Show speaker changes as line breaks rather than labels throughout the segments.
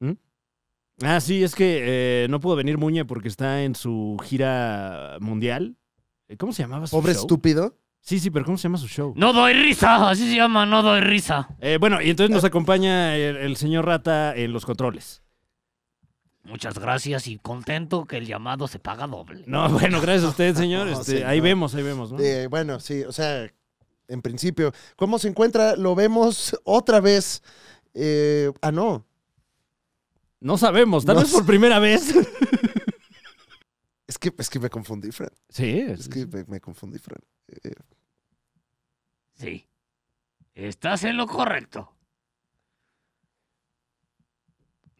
¿Mm? Ah, sí, es que eh, no pudo venir Muñe porque está en su gira mundial. Eh, ¿Cómo se llamaba su
Pobre
show?
estúpido.
Sí, sí, pero ¿cómo se llama su show?
No doy risa, así se llama, no doy risa.
Eh, bueno, y entonces nos acompaña el, el señor Rata en los controles.
Muchas gracias y contento que el llamado se paga doble.
No, bueno, gracias a usted, señor.
No,
Este,
sí,
ahí
no.
vemos, ahí vemos, ¿no?
Eh, bueno, sí, o sea, en principio. ¿Cómo se encuentra? Lo vemos otra vez. Eh, ah, no.
No sabemos, tal
No
vez
sé.
por primera vez.
Es que, es que me confundí, Fran.
Sí,
Es que me, me confundí, Fran. Eh,
Sí. Estás en lo correcto.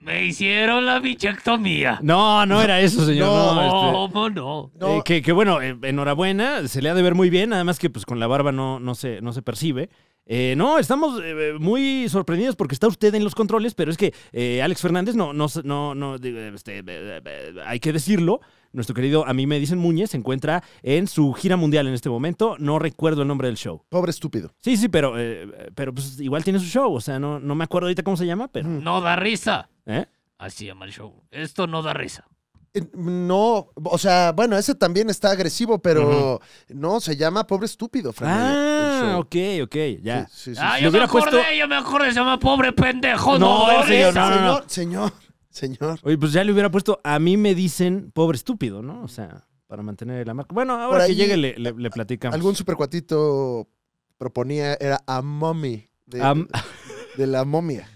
Me hicieron la bichectomía.
No, no era eso, señor. No, este,
¿Cómo no?
no,
eh, que, que bueno, eh, enhorabuena, se le ha de ver muy bien, nada más que pues con la barba no, no, se, no se percibe. Eh, no, estamos eh, eh, muy sorprendidos porque está usted en los controles, pero es que eh, Alex Fernández, no, no, se- no, no digo, este, eh, eh, hay que decirlo, nuestro querido, a mí me dicen Muñez, se encuentra en su gira mundial en este momento, no recuerdo el nombre del show.
pobre estúpido.
Sí, sí, pero, eh, pero pues igual tiene su show, o sea, no, no me acuerdo ahorita cómo se llama, pero...
No da risa.
¿eh?
Así llama el show. Esto no da risa.
Eh, No, o sea, bueno, ese también está agresivo, pero no, se llama Pobre Estúpido, Fran. el- el
Ah,
show.
ok, ok, ya.
Sí, sí, sí,
Ah,
si
yo me
hubiera
acordé,
puesto-
yo me acordé, se llama pobre pendejo. No,
No,
doy
señor,
risa.
no, no, no.
Señor, señor.
Oye, pues ya le hubiera puesto, a mí me dicen pobre estúpido, ¿no? O sea, para mantener la marca. Bueno,
Por
ahora
ahí,
que llegue le, le- le platicamos.
Algún supercuatito proponía, era a mommy. De,
Am-
de la momia.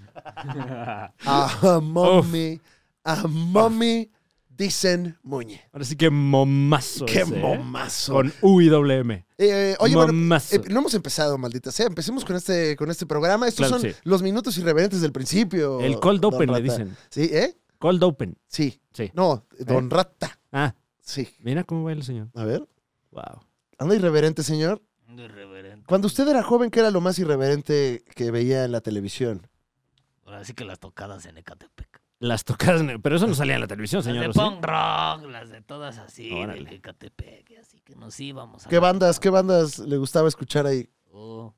A mommy. A mommy dicen Muñe.
Ahora sí que momazo.
Qué
ese, ¿eh?
momazo.
Con UIWM.
Eh, oye, bueno,
momazo.
eh, no hemos empezado, maldita sea. Empecemos con este, con este programa. Estos
Claro,
son
sí.
los minutos irreverentes del principio.
El cold
don
open le
Rata.
dicen.
Sí, ¿eh?
Cold open.
Sí.
Sí.
No, Don Rata.
Ah,
Sí.
mira cómo baila el señor.
A ver.
Wow.
Anda irreverente, señor.
Irreverente.
Cuando usted era joven, ¿qué era lo más irreverente que veía en la televisión?
Ahora sí que las tocadas en Ecatepec.
Las tocadas, pero eso no salía en la televisión, señor. ¿o
las
sí?
de punk rock, las de todas así,
Órale.
de Ecatepec. y Así que nos íbamos a...
¿Qué
la-
bandas, qué bandas le gustaba escuchar ahí?
Oh,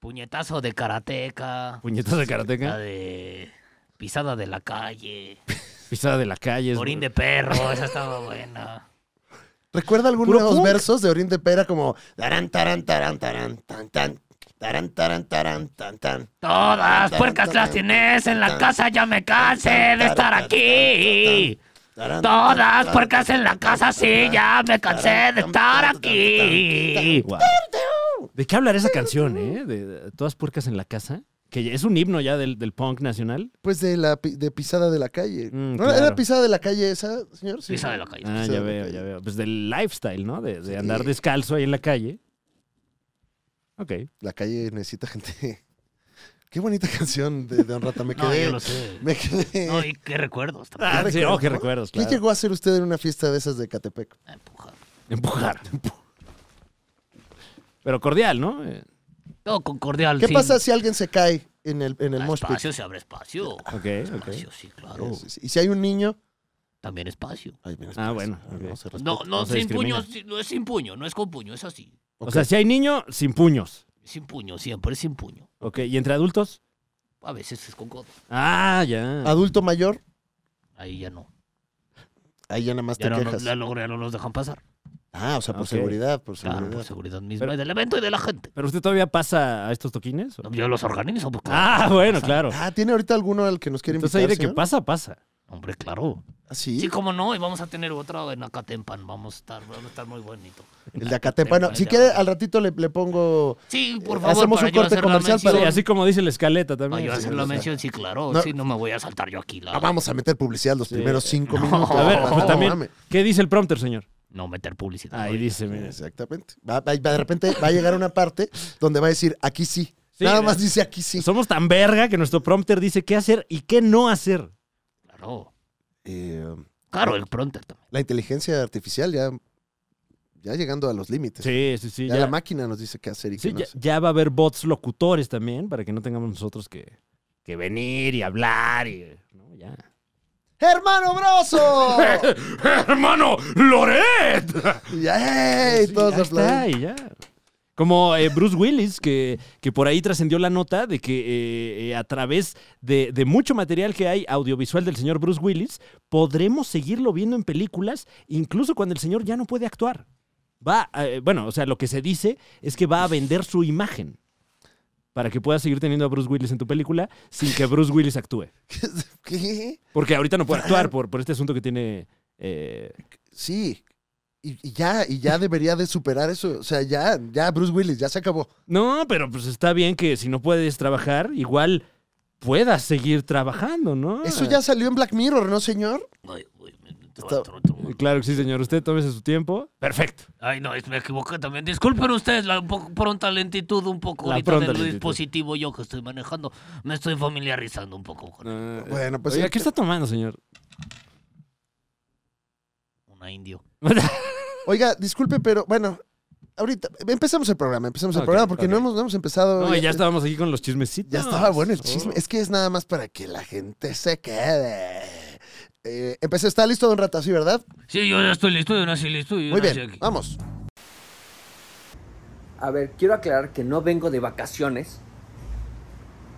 puñetazo de karateca.
Puñetas de
La
karateca,
de pisada de la calle,
pisada de la calle. es-
orín de perro, esa estaba buena.
¿Recuerda algunos
Puro
de los
punk.
versos de Orín de Pera como tarán, tarán, tarán, tarán, tan, tan, tarán, tarán, tarán, tan, tan?
Todas puercas las tienes en la casa, ya me cansé de estar aquí.
tarán, tarán,
Todas
tarán,
puercas en la casa, sí, ya me cansé de estar aquí.
Guau. ¿De qué hablar esa canción, eh? De, de todas puercas en la casa. Que ya- es un himno ya del, del punk nacional.
Pues de la pi- de pisada de la calle.
Mm,
¿No era-
claro.
¿Era pisada de la calle esa, señor? Sí.
Pisa de la calle.
Ah,
Sí,
ya
de
veo,
calle.
ya veo. Pues del lifestyle, ¿no? De, de
Sí.
andar descalzo ahí en la calle. Ok.
La calle necesita gente. Qué bonita canción de Don Rata. Me
No,
quedé.
yo lo sé.
Me quedé.
No, y qué recuerdos
Ah,
también.
sí,
recuerdos,
oh, qué
¿no?
recuerdos,
¿Qué
claro.
llegó a hacer usted en una fiesta de esas de Catepec?
A Empujar.
Empujar. Pero cordial, ¿no? Eh,
Todo con cordial.
¿Qué
sin-
pasa si alguien se cae en el, en el
Ah,
mosh pit?
Espacio, se abre espacio.
Ok, Ah,
Ah,
ok.
Espacio, sí, claro.
Sí, sí. Y si hay un niño.
También espacio.
Ay, mira,
Ah,
espacio.
bueno,
Ah,
ok.
no, se respeta.
No, no,
no se
sin
discrimina.
puño, sí, no es sin puño, no es con puño, es así.
O sea, si hay niño, sin puños.
Sin puño, siempre es sin puño.
Ok. ¿Y entre adultos?
A veces es con codo.
Ah, ya.
Adulto mayor,
Ahí ya no.
ahí ya nada más
Ya
te
no, no-
quejas.
ya no- ya no nos dejan pasar.
Ah, o sea, por
Ok.
seguridad, por seguridad.
Claro, por seguridad misma
Pero-
y del evento y de la gente.
¿Pero usted todavía pasa a estos toquines? o?
No, Yo los organizo. pues, Porque,
Ah, bueno, claro.
Ah, ¿tiene ahorita alguno al que nos quiere
Entonces ahí
invitar?
de que
señor?
pasa, pasa.
Hombre, claro.
Ah, sí,
Sí, cómo no. Y vamos a tener otro en Acatempan. Vamos a estar, vamos a estar muy bonito.
el de Acatepa. Bueno,
Acatepa,
si
ya.
quiere, al ratito le, le pongo.
Sí, por
Eh,
favor.
hacemos
para
un
yo
corte
hacer la
comercial,
Sí,
mención.
pero-
así como dice la escaleta
Para
también.
yo
sí,
hacer
sí,
la
sí.
mención, sí, claro.
No.
Sí, no me voy a saltar yo aquí.
Ah,
La...
vamos a meter publicidad los
Sí.
primeros cinco
No.
minutos.
A ver,
Ah,
pero
no,
también,
mames.
¿qué dice el prompter, señor?
No meter publicidad.
Ahí
Oye,
dice, mira.
Exactamente. Va- va- va- de repente va a llegar una parte donde va a decir aquí sí.
Sí,
Nada
de-
más dice aquí sí.
Somos tan verga que nuestro prompter dice qué hacer y qué no hacer.
Claro.
Eh,
Claro, el pronto también.
la inteligencia artificial ya, ya llegando a los límites.
Sí, sí, sí.
ya,
ya-
la máquina nos dice qué hacer y
sí,
qué no
ya,
hacer.
ya va a haber bots locutores también para que no tengamos nosotros que, que venir y hablar y... ¿no? Ya.
¡Hermano Broso!
¡Hermano Loret!
y ya, ¡ey!
Sí,
todos
ahí está,
aplauden.
y ya. Como eh, Bruce Willis, que, que por ahí trascendió la nota de que eh, eh, a través de, de mucho material que hay audiovisual del señor Bruce Willis, podremos seguirlo viendo en películas, incluso cuando el señor ya no puede actuar. Va, eh, bueno, o sea, lo que se dice es que va a vender su imagen para que puedas seguir teniendo a Bruce Willis en tu película sin que Bruce Willis actúe.
¿Qué?
Porque ahorita no puede actuar por, por este asunto que tiene... eh,
Sí. Y, y ya, y ya debería de superar eso. O sea, ya, ya Bruce Willis, ya se acabó.
No, pero pues está bien que si no puedes trabajar, igual puedas seguir trabajando, ¿no?
Eso ya salió en Black Mirror, ¿no, señor?
Ay, uy, me-
Está-
tru- tru- tru-
Eh, Claro que sí, señor. Usted tómese su tiempo. Perfecto.
Ay, no, es- me equivoqué también. Disculpen ustedes la un poco pronta lentitud, un poco
La
ahorita
pronta
del
lentitud.
dispositivo yo que estoy manejando. Me estoy familiarizando un poco con
Ah,
Bueno, pues
oiga,
sí.
¿qué está tomando, señor?
una indio.
Oiga, disculpe, pero bueno, ahorita empezamos el programa, empezamos el
Ok,
programa porque
ok.
no, hemos, no hemos empezado.
No, ya estábamos aquí con los chismecitos.
Ya estaba bueno el chisme.
Oh.
Es que es nada más para que la gente se quede. Eh, empecé, está listo Don Rata, sí, ¿verdad?
Sí, yo ya estoy listo, yo nací listo. Yo
Muy
nací
bien,
aquí.
Ah,
vamos.
A ver, quiero aclarar que no vengo de vacaciones.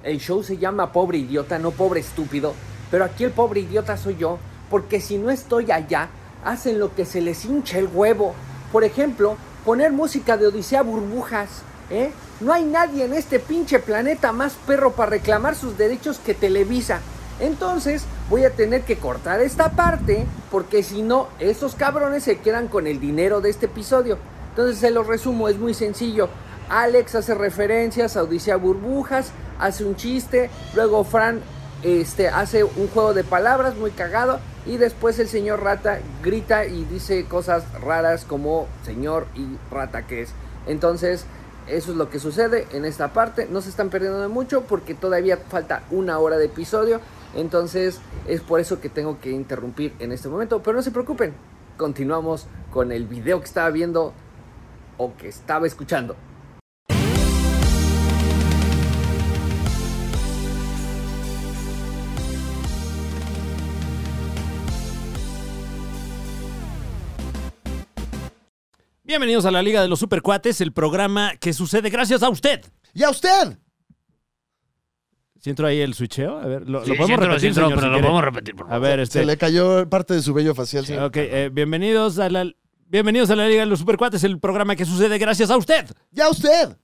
El show se llama Pobre Idiota, no Pobre Estúpido. Pero aquí el pobre idiota soy yo, porque si no estoy allá, hacen lo que se les hincha el huevo. Por ejemplo, poner música de Odisea Burbujas. ¿eh? No hay nadie en este pinche planeta más perro para reclamar sus derechos que Televisa. Entonces voy a tener que cortar esta parte, porque si no, esos cabrones se quedan con el dinero de este episodio. Entonces se lo resumo, es muy sencillo. Alex hace referencias, a Odisea Burbujas, hace un chiste, luego Fran este, hace un juego de palabras muy cagado y después el señor Rata grita y dice cosas raras como señor y rata que es. Entonces eso es lo que sucede en esta parte. No se están perdiendo de mucho porque todavía falta una hora de episodio. Entonces es por eso que tengo que interrumpir en este momento. Pero no se preocupen, continuamos con el video que estaba viendo o que estaba escuchando.
Bienvenidos a la Liga de los Supercuates, el programa que sucede gracias a usted.
¡Y a usted!
¿Siento ahí el switcheo? A ver, lo,
Sí,
lo podemos repetir,
sí, entro, sí, entro,
señor,
pero
si
lo
quiere?
podemos repetir, por favor.
A ver, este...
Se le cayó parte de su vello facial, sí.
Ok, eh, bienvenidos a la... Bienvenidos a la Liga de los Supercuates, el programa que sucede gracias a usted.
¡Y a usted!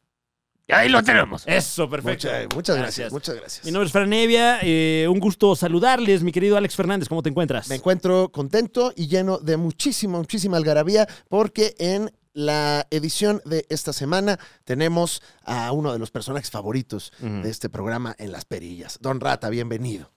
Y ahí lo tenemos.
Eso, perfecto.
Muchas, muchas gracias, muchas
Mi
gracias.
nombre es Fran Evia, eh, un gusto saludarles, mi querido Alex Fernández, ¿cómo te encuentras?
Me encuentro contento y lleno de muchísima, muchísima algarabía porque en la edición de esta semana tenemos a uno de los personajes favoritos
Ujú.
de este programa en Las Perillas. Don Rata, bienvenido.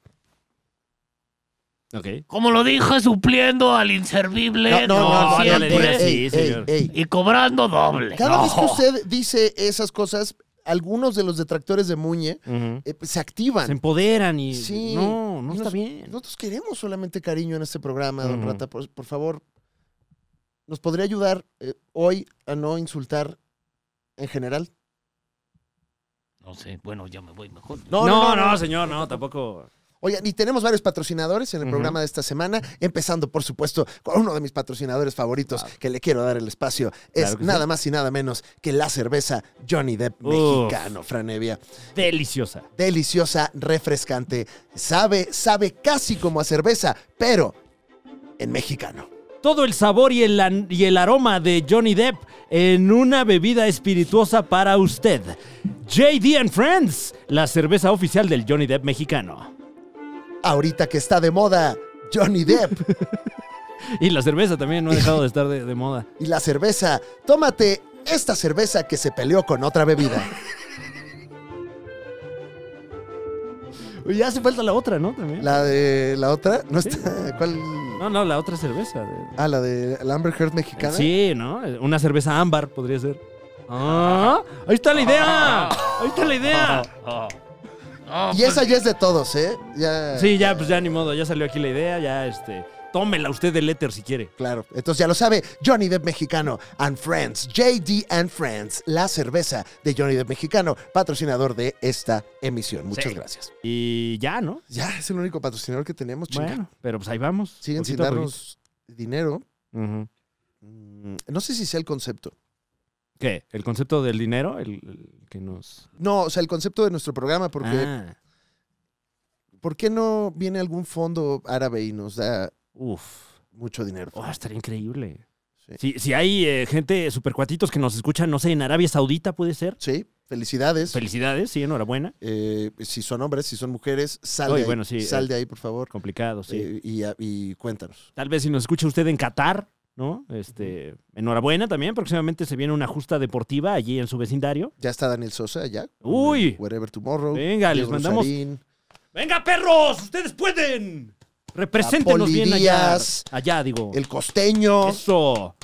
Ok.
Como lo dije, supliendo al inservible.
no, no,
como
no, no le
siempre,
digas. sí,
ey,
señor.
ey, ey.
Y cobrando doble.
Cada
No.
vez que usted dice esas cosas, algunos de los detractores de Muñe
Ujú.
eh, se
Se
activan.
empoderan y...
Sí.
No, no
Y
está
nos-
bien.
Nosotros queremos solamente cariño en este programa, don
Ujú.
Rata. Por, por favor, ¿nos podría ayudar eh, hoy a no insultar en general?
No sé, bueno, ya me voy mejor.
No,
no,
no,
no, no.
señor, no, tampoco.
Oigan, y tenemos varios patrocinadores en el
Ujú.
programa de esta semana, empezando, por supuesto, con uno de mis patrocinadores favoritos que le quiero dar el espacio. Es
Claro que sí.
nada más y nada menos que la cerveza Johnny Depp
Uf.
mexicano, Franevia.
Deliciosa.
deliciosa, refrescante. Sabe, sabe casi como a cerveza, pero en mexicano.
Todo el sabor y el, an- y el aroma de Johnny Depp en una bebida espirituosa para usted. JD and Friends, la cerveza oficial del Johnny Depp mexicano.
Ahorita que está de moda Johnny Depp
Y la cerveza también no ha dejado de estar de, de moda.
y la cerveza, tómate esta cerveza que se peleó con otra bebida.
Y hace falta la otra, ¿no? También.
La de la otra, ¿no está? ¿Cuál?
No, no, la otra cerveza. de-
Ah, la de la Amber Heard mexicana.
Sí, ¿no? Una cerveza ámbar podría ser. ¡Ah! ¡Ahí está la idea! ¡Ahí está la idea!
Ah, ah,
Y esa ya es de todos, ¿eh? Ya,
Sí, ya, pues ya ni modo, ya salió aquí la idea, ya este. Tómela usted del éter si quiere.
Claro, entonces ya lo sabe, Johnny Depp Mexicano and Friends, JD and Friends, la cerveza de Johnny Depp Mexicano, patrocinador de esta emisión. Muchas
Sí.
gracias.
Y ya, ¿no?
Ya es el único patrocinador que tenemos, chinga.
Bueno, pero pues ahí vamos.
Siguen sin
poquito a
darnos dinero.
poquito. Ujú.
Mm, No sé si sea el concepto.
¿Qué? ¿El concepto del dinero? El, el que nos.
No, o sea, el concepto de nuestro programa, porque
Ah,
¿por qué no viene algún fondo árabe y nos da
uf.
mucho dinero?
Oh, estaría increíble.
Sí.
Si, si hay eh, gente supercuatitos que nos escuchan, no sé, en Arabia Saudita puede ser.
Sí, felicidades.
Felicidades, sí, enhorabuena.
Eh, si son hombres, si son mujeres, sal,
Oye,
de, ahí,
bueno, sí,
sal
eh,
de ahí, por favor.
Complicado, sí.
Eh, y, a- y cuéntanos.
Tal vez si nos escucha usted en Qatar, ¿no? Este, enhorabuena también, próximamente se viene una justa deportiva allí en su vecindario.
Ya está Daniel Sosa, ya. Eh,
Uy.
Wherever Tomorrow.
Venga, les
Diego
mandamos-
Rosarín.
¡Venga, perros! ¡Ustedes pueden! Represéntenos
Poli
bien allá.
Díaz.
Allá, digo.
El costeño.
Eso.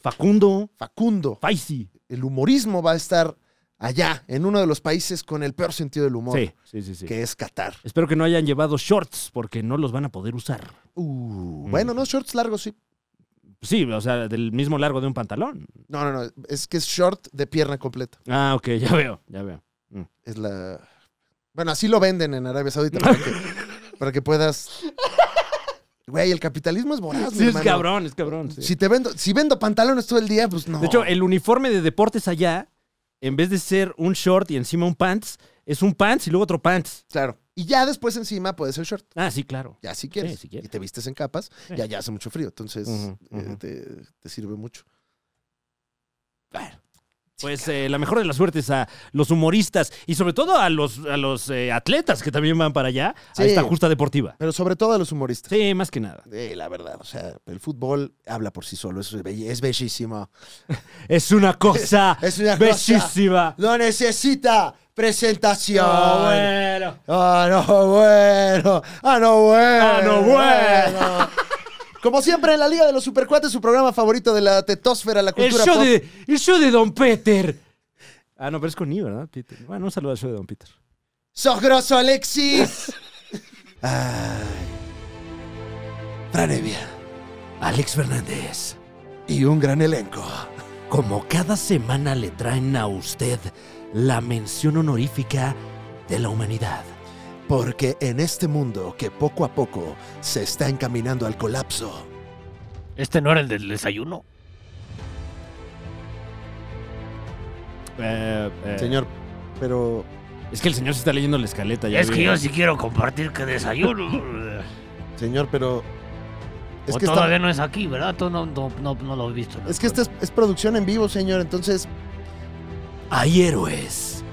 Facundo.
Facundo.
Faisi.
El humorismo va a estar allá, en uno de los países con el peor sentido del humor,
Sí, sí, sí, sí.
que es Qatar.
Espero que no hayan llevado shorts porque no los van a poder usar.
Uh,
Mm.
Bueno, no, shorts largos, sí.
Sí, o sea, del mismo largo de un pantalón.
No, no, no. Es que es short de pierna completa.
Ah, ok, ya veo, ya veo.
Es la. Bueno, así lo venden en Arabia Saudita para que, para que puedas. Güey, el capitalismo es voraz, mi
Sí, es
hermano.
cabrón, es cabrón. sí.
Si te vendo, si vendo pantalones todo el día, pues no.
De hecho, el uniforme de deportes allá, en vez de ser un short y encima un pants, es un pants y luego otro pants.
claro. Y ya después encima puede ser short.
Ah, sí, claro.
Ya si quieres.
Sí, si quieres.
Y te vistes en capas.
Sí.
Y allá hace mucho frío. Entonces
Ujú,
eh,
ujú.
te, te sirve mucho.
Pues eh, la mejor de las suertes a los humoristas y sobre todo a los, a los eh, atletas que también van para allá
Sí.
a esta justa deportiva.
Pero sobre todo a los humoristas.
Sí, más que nada.
Eh, la verdad, o sea, el fútbol habla por sí solo, es, bell- es bellísimo.
Es una cosa
Es una cosa.
bellísima.
No necesita presentación.
Ah, bueno.
Ah, no, bueno. Ah, no, bueno.
Ah, no, bueno.
bueno. Como siempre en la Liga de los Supercuates, su programa favorito de la tetósfera, la
El
cultura
show,
pop.
de, el show de Don Peter. Ah, no, pero es con I, ¿verdad, Peter? Bueno, un saludo al show de Don Peter.
¡Sos grosso, Alexis! Ay. Fran Evia
Alex Fernández.
y un gran elenco.
Como cada semana le traen a usted la mención honorífica de la humanidad.
Porque en este mundo que poco a poco se está encaminando al colapso,
Este no era el del desayuno.
Señor, pero
Eh, Es que el señor se está leyendo la escaleta. Ya
es
vi.
que yo sí quiero compartir que desayuno.
Señor, pero es
o
que,
todavía
esta,
no es aquí, ¿verdad? Tú no, no, no, no lo has visto. ¿no?
es, que esta es, es producción en vivo, señor. Entonces,
Hay héroes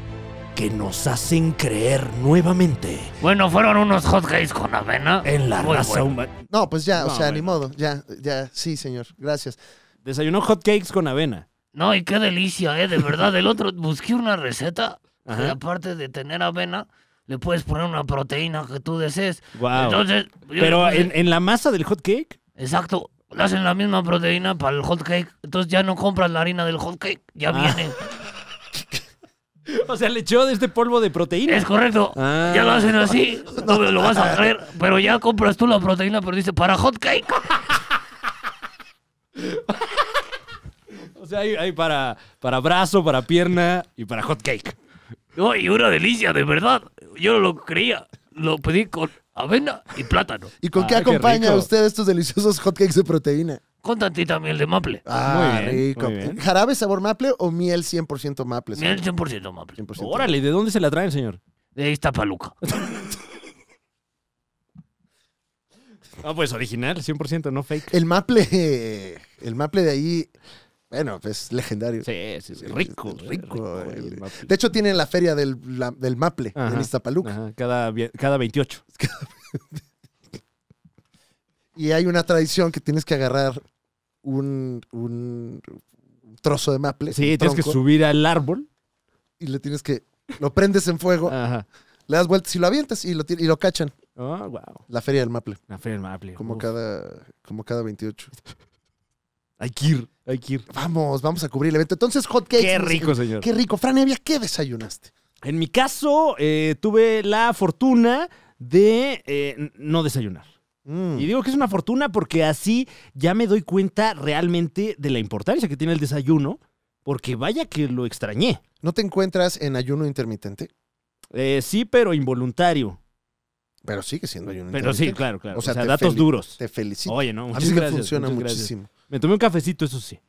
que nos hacen creer nuevamente
Bueno, fueron unos hotcakes con avena.
en la
Muy
raza
bueno.
humana.
no, pues ya, o
No,
sea, ni
bueno.
modo, ya, ya, sí, señor, gracias.
Desayunó hotcakes con avena.
No, y qué delicia, ¿eh? De verdad, el otro busqué una receta.
Ajá.
que aparte de tener avena, le puedes poner una proteína que tú desees.
Wow.
Entonces, yo
Ah, Pero
le puse-
en, en la masa del hotcake.
Exacto. Le hacen la misma proteína para el hot cake. Entonces ya no compras la harina del hot cake. Ya
Ah.
viene.
O sea, le echó de este polvo de proteína.
Es correcto.
Ah.
Ya lo hacen así. No me lo vas a creer. Pero ya compras tú la proteína, pero dice para hot cake.
O sea, hay, hay para, para brazo, para pierna y para hotcake.
No, y una delicia, de verdad. Yo no lo creía. Lo pedí con avena y plátano.
¿Y con qué
Ah, qué
acompaña
rico.
usted estos deliciosos hotcakes de proteína?
Con tantita miel de maple.
Ah,
Muy bien,
rico.
muy bien.
¿Jarabe sabor maple o miel 100% maple? señor?
Miel 100% maple.
100%.
Órale, ¿y ¿de dónde se la traen, señor?
De esta paluca.
Ah, pues original, 100%, no fake.
El maple, el maple de ahí, bueno, pues legendario.
Sí, sí, sí.
Es
Rico,
rico,
rico. el
el-
maple.
De hecho, tienen la feria del, la- del maple en
Ajá,
Iztapaluca.
ajá, cada, vie- cada 28.
Y hay una tradición que tienes que agarrar un, un trozo de maple.
Sí,
un
tienes que
tronco,
subir al árbol.
Y le tienes que. Lo prendes en fuego,
Ajá.
le das vueltas y lo avientas y lo, ti- y lo cachan.
Oh, wow.
La feria del maple.
Una feria del maple.
Como
Uf.
cada, como cada 28.
Hay que ir, hay que ir.
Vamos, vamos a cubrir el evento. Entonces, hotcakes.
Qué rico, señor.
Qué rico. Fran Evia, ¿qué desayunaste?
En mi caso, eh, tuve la fortuna de eh, n- no desayunar.
Mm.
Y digo que es una fortuna porque así ya me doy cuenta realmente de la importancia que tiene el desayuno, porque vaya que lo extrañé.
¿No te encuentras en ayuno intermitente?
Eh, sí, pero involuntario.
Pero sigue siendo ayuno
Pero sí,
intermitente.
claro, claro.
O
O
sea,
sea,
te
datos
fel-
duros.
Te felicito.
Oye, no,
a
muchas
mí me
gracias.
funciona
muchas gracias.
muchísimo.
Me tomé un cafecito, eso sí.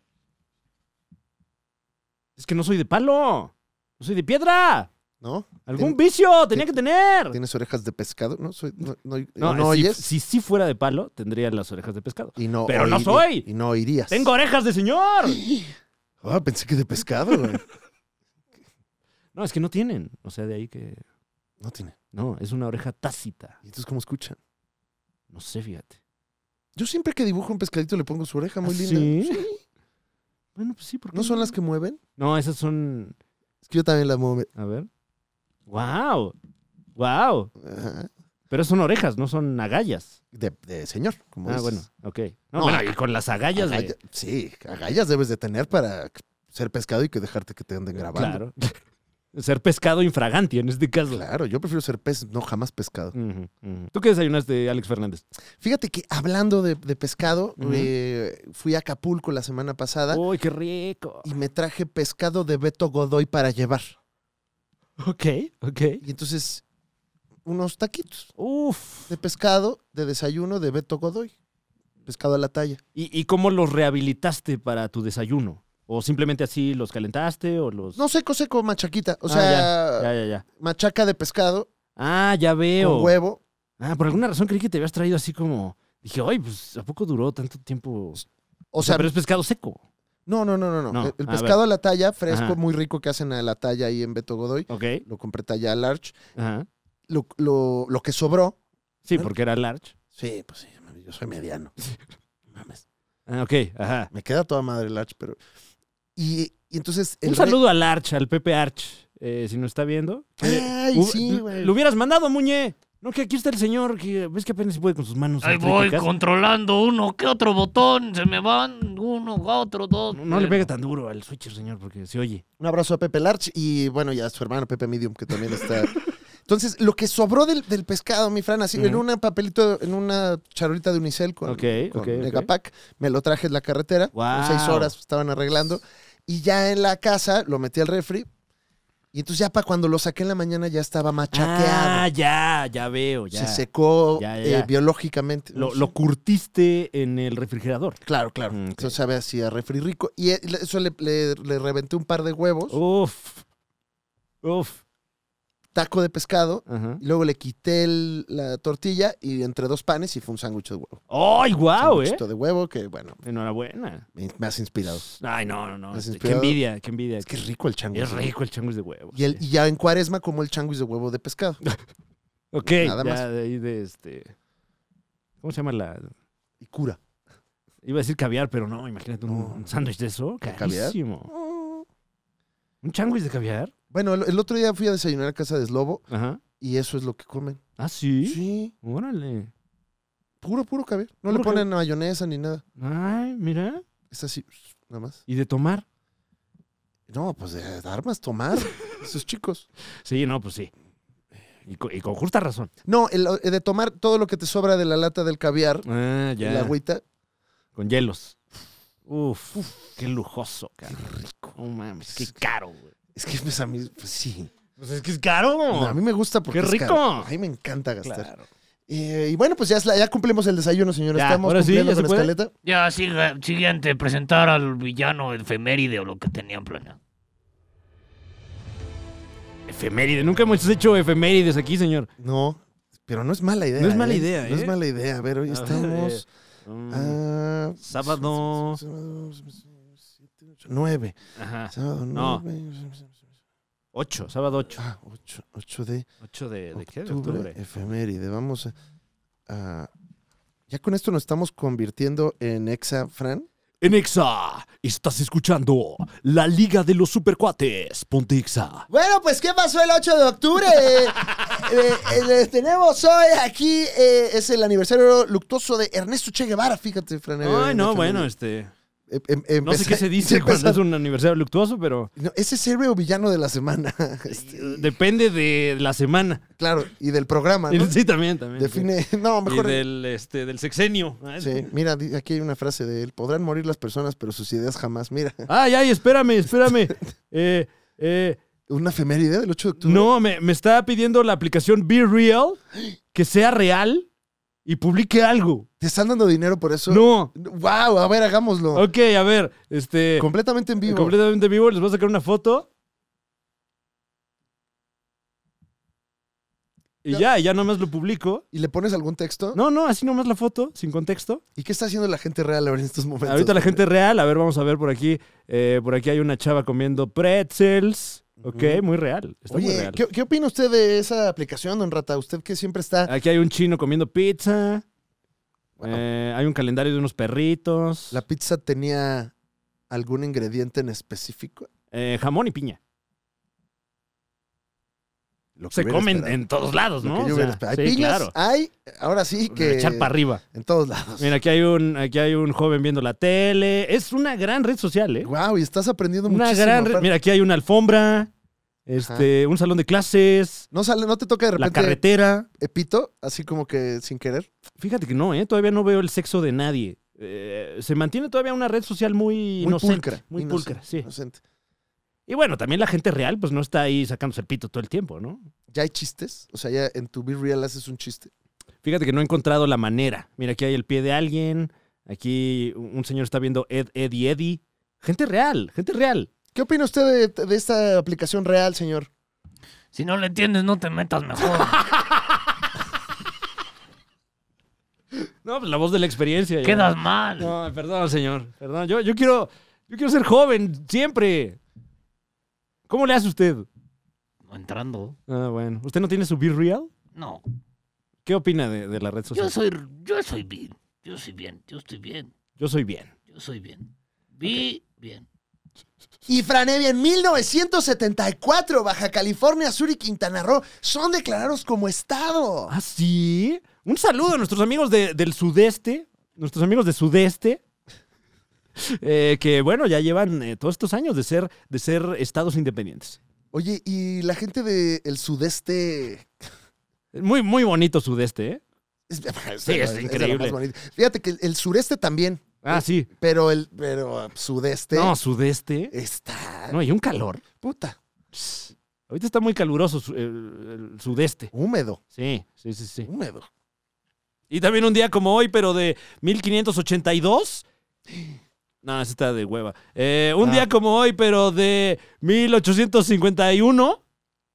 Es que no soy de palo. No soy de piedra.
¿No?
Algún vicio tenía que tener.
¿Tienes orejas de pescado? No, soy, no, no,
No,
no
si,
oyes.
si sí fuera de palo, tendría las orejas de pescado.
y no
pero no
oiría-
soy.
Y no oirías.
¡Tengo orejas de señor!
Ah, pensé que de pescado, güey.
No, es que no tienen. O sea, de ahí que.
No tiene.
No, es una oreja tácita.
¿Y entonces cómo escuchan?
No sé, fíjate.
Yo siempre que dibujo un pescadito le pongo su oreja muy
¿Ah,
linda.
sí? Bueno, pues sí, porque.
¿No son las que mueven?
No, esas son.
Es que yo también las muevo.
A ver. ¡Wow! ¡Wow!
Ajá.
Pero son orejas, no son agallas.
ah, De, de señor, como
Ah,
dices.
bueno, ok. No,
Pues No,
bueno, y con las agallas, güey.
Agalla- Sí, agallas debes de tener para ser pescado y que dejarte que te anden grabando.
Claro. Ser pescado infraganti en este caso.
Claro, yo prefiero ser pez, no jamás pescado.
Ujú, ujú. ¿Tú qué desayunaste, Alex Fernández?
Fíjate que hablando de, de pescado,
Ujú. Oh.
eh, fui a Acapulco la semana pasada
¡Uy, qué rico!
y me traje pescado de Beto Godoy para llevar.
Ok, ok.
Y entonces, unos taquitos
Uf.
de pescado de desayuno de Beto Godoy. Pescado a la talla.
¿Y, y cómo los rehabilitaste para tu desayuno? ¿O simplemente así los calentaste o los...?
No seco, seco, machaquita. O
Ah,
sea,
Ya, ya, ya.
machaca de pescado,
Ah, ya veo.
con huevo.
Ah, por alguna razón creí que te habías traído así como... Dije, ay, pues, ¿a poco duró tanto tiempo? O sea,
O sea,
pero es pescado seco.
no, no, no, no, no.
No,
El- El
a
pescado a la talla, fresco,
Ajá.
muy rico que hacen a la talla ahí en Beto Godoy.
Ok.
Lo compré talla large.
Ajá.
Lo, lo- lo que sobró.
Sí, porque era large.
Sí, pues sí, yo soy mediano. Mames.
Ah, ok, ajá.
Me queda toda madre large, pero. Y, y entonces.
Un
re-
saludo al Arch, al Pepe Arch, eh, si nos está viendo. Eh,
Ay,
Hu-
sí, güey.
Lo hubieras mandado, Muñe. No, que aquí está el señor, que ves que apenas se puede con sus manos.
Ahí voy
artríticas.
controlando uno que otro botón. Se me van uno, otro, dos.
No, no le pegue tan duro al switcher, señor, porque se oye.
Un abrazo a Pepe Larch y bueno, y a su hermano Pepe Medium, que también está. Entonces, lo que sobró del, del pescado, mi Fran, así, en
Ujú.
un papelito, en una charolita de unicel con,
Ok,
con
ok, ok.
Megapack, me lo traje en la carretera,
Guau.
seis horas estaban arreglando, y ya en la casa lo metí al refri, y entonces ya para cuando lo saqué en la mañana ya estaba
Ah,
machaqueado,
ya, ya veo, ya.
se secó
Ya, ya, ya.
eh, biológicamente.
Lo, lo curtiste en el refrigerador.
Claro, claro.
Mm, ok.
Entonces sabe así a refri rico, y eh, le- eso le, le- le reventé un par de huevos,
Uh. Uf. Uf.
taco de pescado,
Ajá.
Y luego le quité el- la tortilla y entre dos panes y fue un sándwich de huevo.
¡Ay, guau, eh!
Sándwichito de huevo que, bueno,
Enhorabuena.
me, me has inspirado.
Ay, no, no, no.
¿Has
este, Qué
inspirado?
envidia, qué envidia.
Es que es rico el changuis.
Es rico el changuis de huevos.
Y, el- y ya en cuaresma como el changuis de huevo de pescado.
Ok,
Nada
ya
más.
de ahí de este. ¿Cómo se llama la.?
Y cura.
Iba a decir caviar, pero no, imagínate un,
No.
un sándwich de eso.
caviar?
Carísimo. ¿Un changuis de caviar?
Bueno, el, el otro día fui a desayunar a casa de Slobo
Ajá.
y eso es lo que comen.
Ah, sí.
Sí.
Órale.
Puro, puro caviar. No
Puro
le ponen mayonesa ni nada.
Ay, mira.
Es así, nada más.
¿Y de tomar?
No, pues de dar más tomar. Esos chicos.
Sí, no, pues sí. Y co- y con, justa razón.
No, el- el de tomar todo lo que te sobra de la lata del caviar,
Ah, ya.
la agüita,
Con hielos. Uf, qué lujoso, cara. rico. No mames, qué caro, güey.
Es que pues a mí, pues sí.
Pues es que es caro.
No, a mí me gusta porque
¡Qué
es
rico!
caro. A mí me encanta gastar.
Claro.
Eh, y bueno, pues ya, es la- ya cumplimos el desayuno, señora.
Ya,
Estamos
ahora sí,
cumpliendo
ya se
con
puede.
escaleta.
Ya, siga, siguiente, presentar al villano efeméride o lo que tenían planeado.
Efeméride. Nunca hemos hecho efemérides aquí, señor.
No, pero no es mala idea.
No es mala
¿eh?
idea,
No es
¿eh?
mala idea. A ver, hoy
A ver,
estamos
Mm,
a...
Sábado.
Nueve.
Ajá.
Sábado
No.
nueve.
8, sábado 8.
Ah, ocho, ocho de,
8 de, ¿de qué? De
octubre,
octubre.
Efeméride. Vamos a, a- Ya con esto nos estamos convirtiendo en exa, Fran.
En Exa, estás escuchando la Liga de los Supercuates. Ponte Exa.
Bueno, pues ¿qué pasó el 8 de octubre? Eh, eh, eh, les tenemos hoy aquí, eh, es el aniversario luctuoso de Ernesto Che Guevara, fíjate, Fran.
Ay, no,
Eh,
bueno, este.
em- em- empecé-
No sé qué se dice cuando
empezar-
es un aniversario luctuoso, pero
No, ese es héroe o villano de la semana. Este,
depende de la semana.
claro, y del programa, Ah, ¿no?
Sí, también, también.
Define, no,
sí.
mejor...
Y del, este, del sexenio.
Sí, mira, di- aquí hay una frase de él, podrán morir las personas, pero sus ideas jamás. Mira,
Ay, ay, espérame, espérame. Eh, eh,
una efeméride del 8 de octubre.
no, me, me está pidiendo la aplicación Be Real que sea real. y publique algo.
¿Te están dando dinero por eso?
No.
¡Wow! A ver, hagámoslo.
Ok, a ver, este.
Completamente en vivo.
Completamente vivo, les voy a sacar una foto. Y
Ya.
ya, ya nomás lo publico.
¿Y le pones algún texto?
No, no, así nomás la foto, sin contexto.
¿Y qué está haciendo la gente real ahora en estos momentos?
Ahorita la gente real, a ver, vamos a ver por aquí. eh, por aquí hay una chava comiendo pretzels. Ok,
Ujú.
muy real. Está muy
Oye,
real.
¿qué, qué opina usted de esa aplicación, don Rata? Usted que siempre está...
Aquí hay un chino comiendo pizza.
Bueno.
eh, hay un calendario de unos perritos.
¿La pizza tenía algún ingrediente en específico?
eh, jamón y piña.
Lo que
Se
hubiera
comen
esperado.
en todos lados,
Lo
¿no?
que yo
O sea,
hubiera esperado. Hay
sí,
piñas,
claro.
hay... Ahora sí que...
Echar para arriba.
En todos lados.
Mira, aquí hay un, aquí hay un joven viendo la tele. Es una gran red social, ¿eh?
Wow, y estás aprendiendo
Una
muchísimo.
gran red.
Aparte-
Mira, aquí hay una alfombra, este, un salón de clases,
No sale, no te toca de
la
repente
carretera.
epito, así como que sin querer.
Fíjate que no, ¿eh? Todavía no veo el sexo de nadie. Eh, se mantiene todavía una red social muy,
Muy
inocente.
pulcra.
Muy
inocente,
pulcra, sí.
inocente.
Y bueno, también la gente real, pues no está ahí sacándose el pito todo el tiempo, ¿no?
¿Ya hay chistes? O sea, ya en tu Be Real haces un chiste.
Fíjate que no he encontrado la manera. Mira, aquí hay el pie de alguien. Aquí un un señor está viendo Ed, Eddie, Eddie. Gente real, gente real.
¿Qué opina usted de, de esta aplicación real, señor?
Si no le entiendes, no te metas mejor.
No, pues la voz de la experiencia. ya.
Quedas mal.
No, perdón, señor. Perdón. Yo, yo quiero. Yo quiero ser joven, siempre. ¿Cómo le hace usted?
Entrando.
Ah, bueno. ¿Usted no tiene su Be Real?
No.
¿Qué opina de, de la red social?
Yo soy, yo soy bien. Yo soy bien. Yo estoy bien.
Yo soy bien.
Yo soy bien. Vi bien.
Y Franevia, en 1974, Baja California Sur y Quintana Roo son declarados como Estado.
¿Ah, sí? Un saludo a nuestros amigos de- del sudeste. Nuestros amigos de sudeste. eh, que bueno, ya llevan eh, todos estos años de ser, de ser estados independientes.
Oye, y la gente del sudeste.
Muy, muy bonito sudeste, ¿eh?
es-
Sí, es
la
increíble.
más bonita. Fíjate que el, el sureste también,
Ah, sí.
pero el pero sudeste
No, sudeste.
está.
No, y un calor.
Puta,
Ahorita está muy caluroso su- el- el sudeste.
húmedo,
Sí, sí, sí, sí.
húmedo.
Y también un día como hoy, pero de 1582. No, ese está de hueva. Eh, un
Ah.
día como hoy, pero de 1851.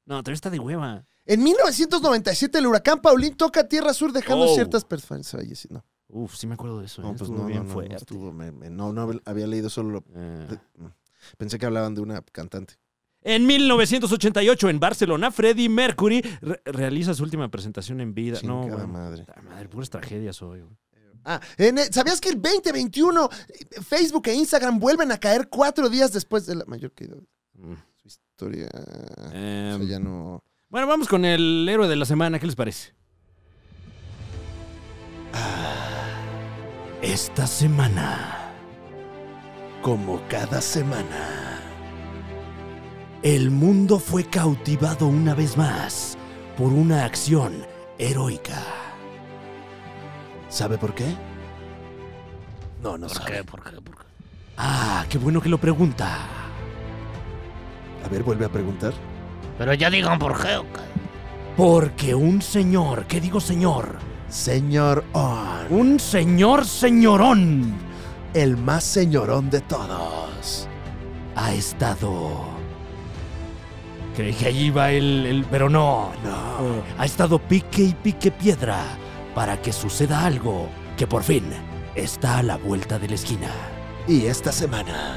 No, todavía está de hueva.
En 1997, el huracán Paulín toca tierra sur, dejando
Oh.
ciertas personas fallecidas.
Uf, sí me acuerdo de eso. ¿eh?
No, pues
Estuvo
no,
bien
no, no,
fuerte.
no, estuvo, me- me- no, no había leído solo lo- mm.
Eh.
Pensé que hablaban de una cantante.
En 1988, en Barcelona, Freddie Mercury re- realiza su última presentación en vida. no,
Chingada
bueno.
madre.
Ah, madre, puras tragedias hoy. güey.
Ah, en el- ¿sabías que el 2021 eh, Facebook e Instagram vuelven a caer cuatro días después de la mayor caída de
Mm.
su historia? O
Em,
sea, ya no.
Bueno, vamos con el héroe de la semana. ¿Qué les parece? Ah, Esta semana,
Como cada semana.
el mundo fue cautivado una vez más por una acción heroica.
¿Sabe por qué? No, no
¿Por qué? ¿Por qué? ¿Por qué?
Ah, qué bueno que lo pregunta.
A ver, vuelve a preguntar.
Pero ya digan por qué. ¿o qué?
Porque un señor, ¿qué digo señor?
Señor On,
Un señor señorón
el más señorón de todos.
ha estado... Creí que allí iba el... el- pero no.
No.
Eh, ha estado pique y pique piedra para que suceda algo que por fin está a la vuelta de la esquina.
Y esta semana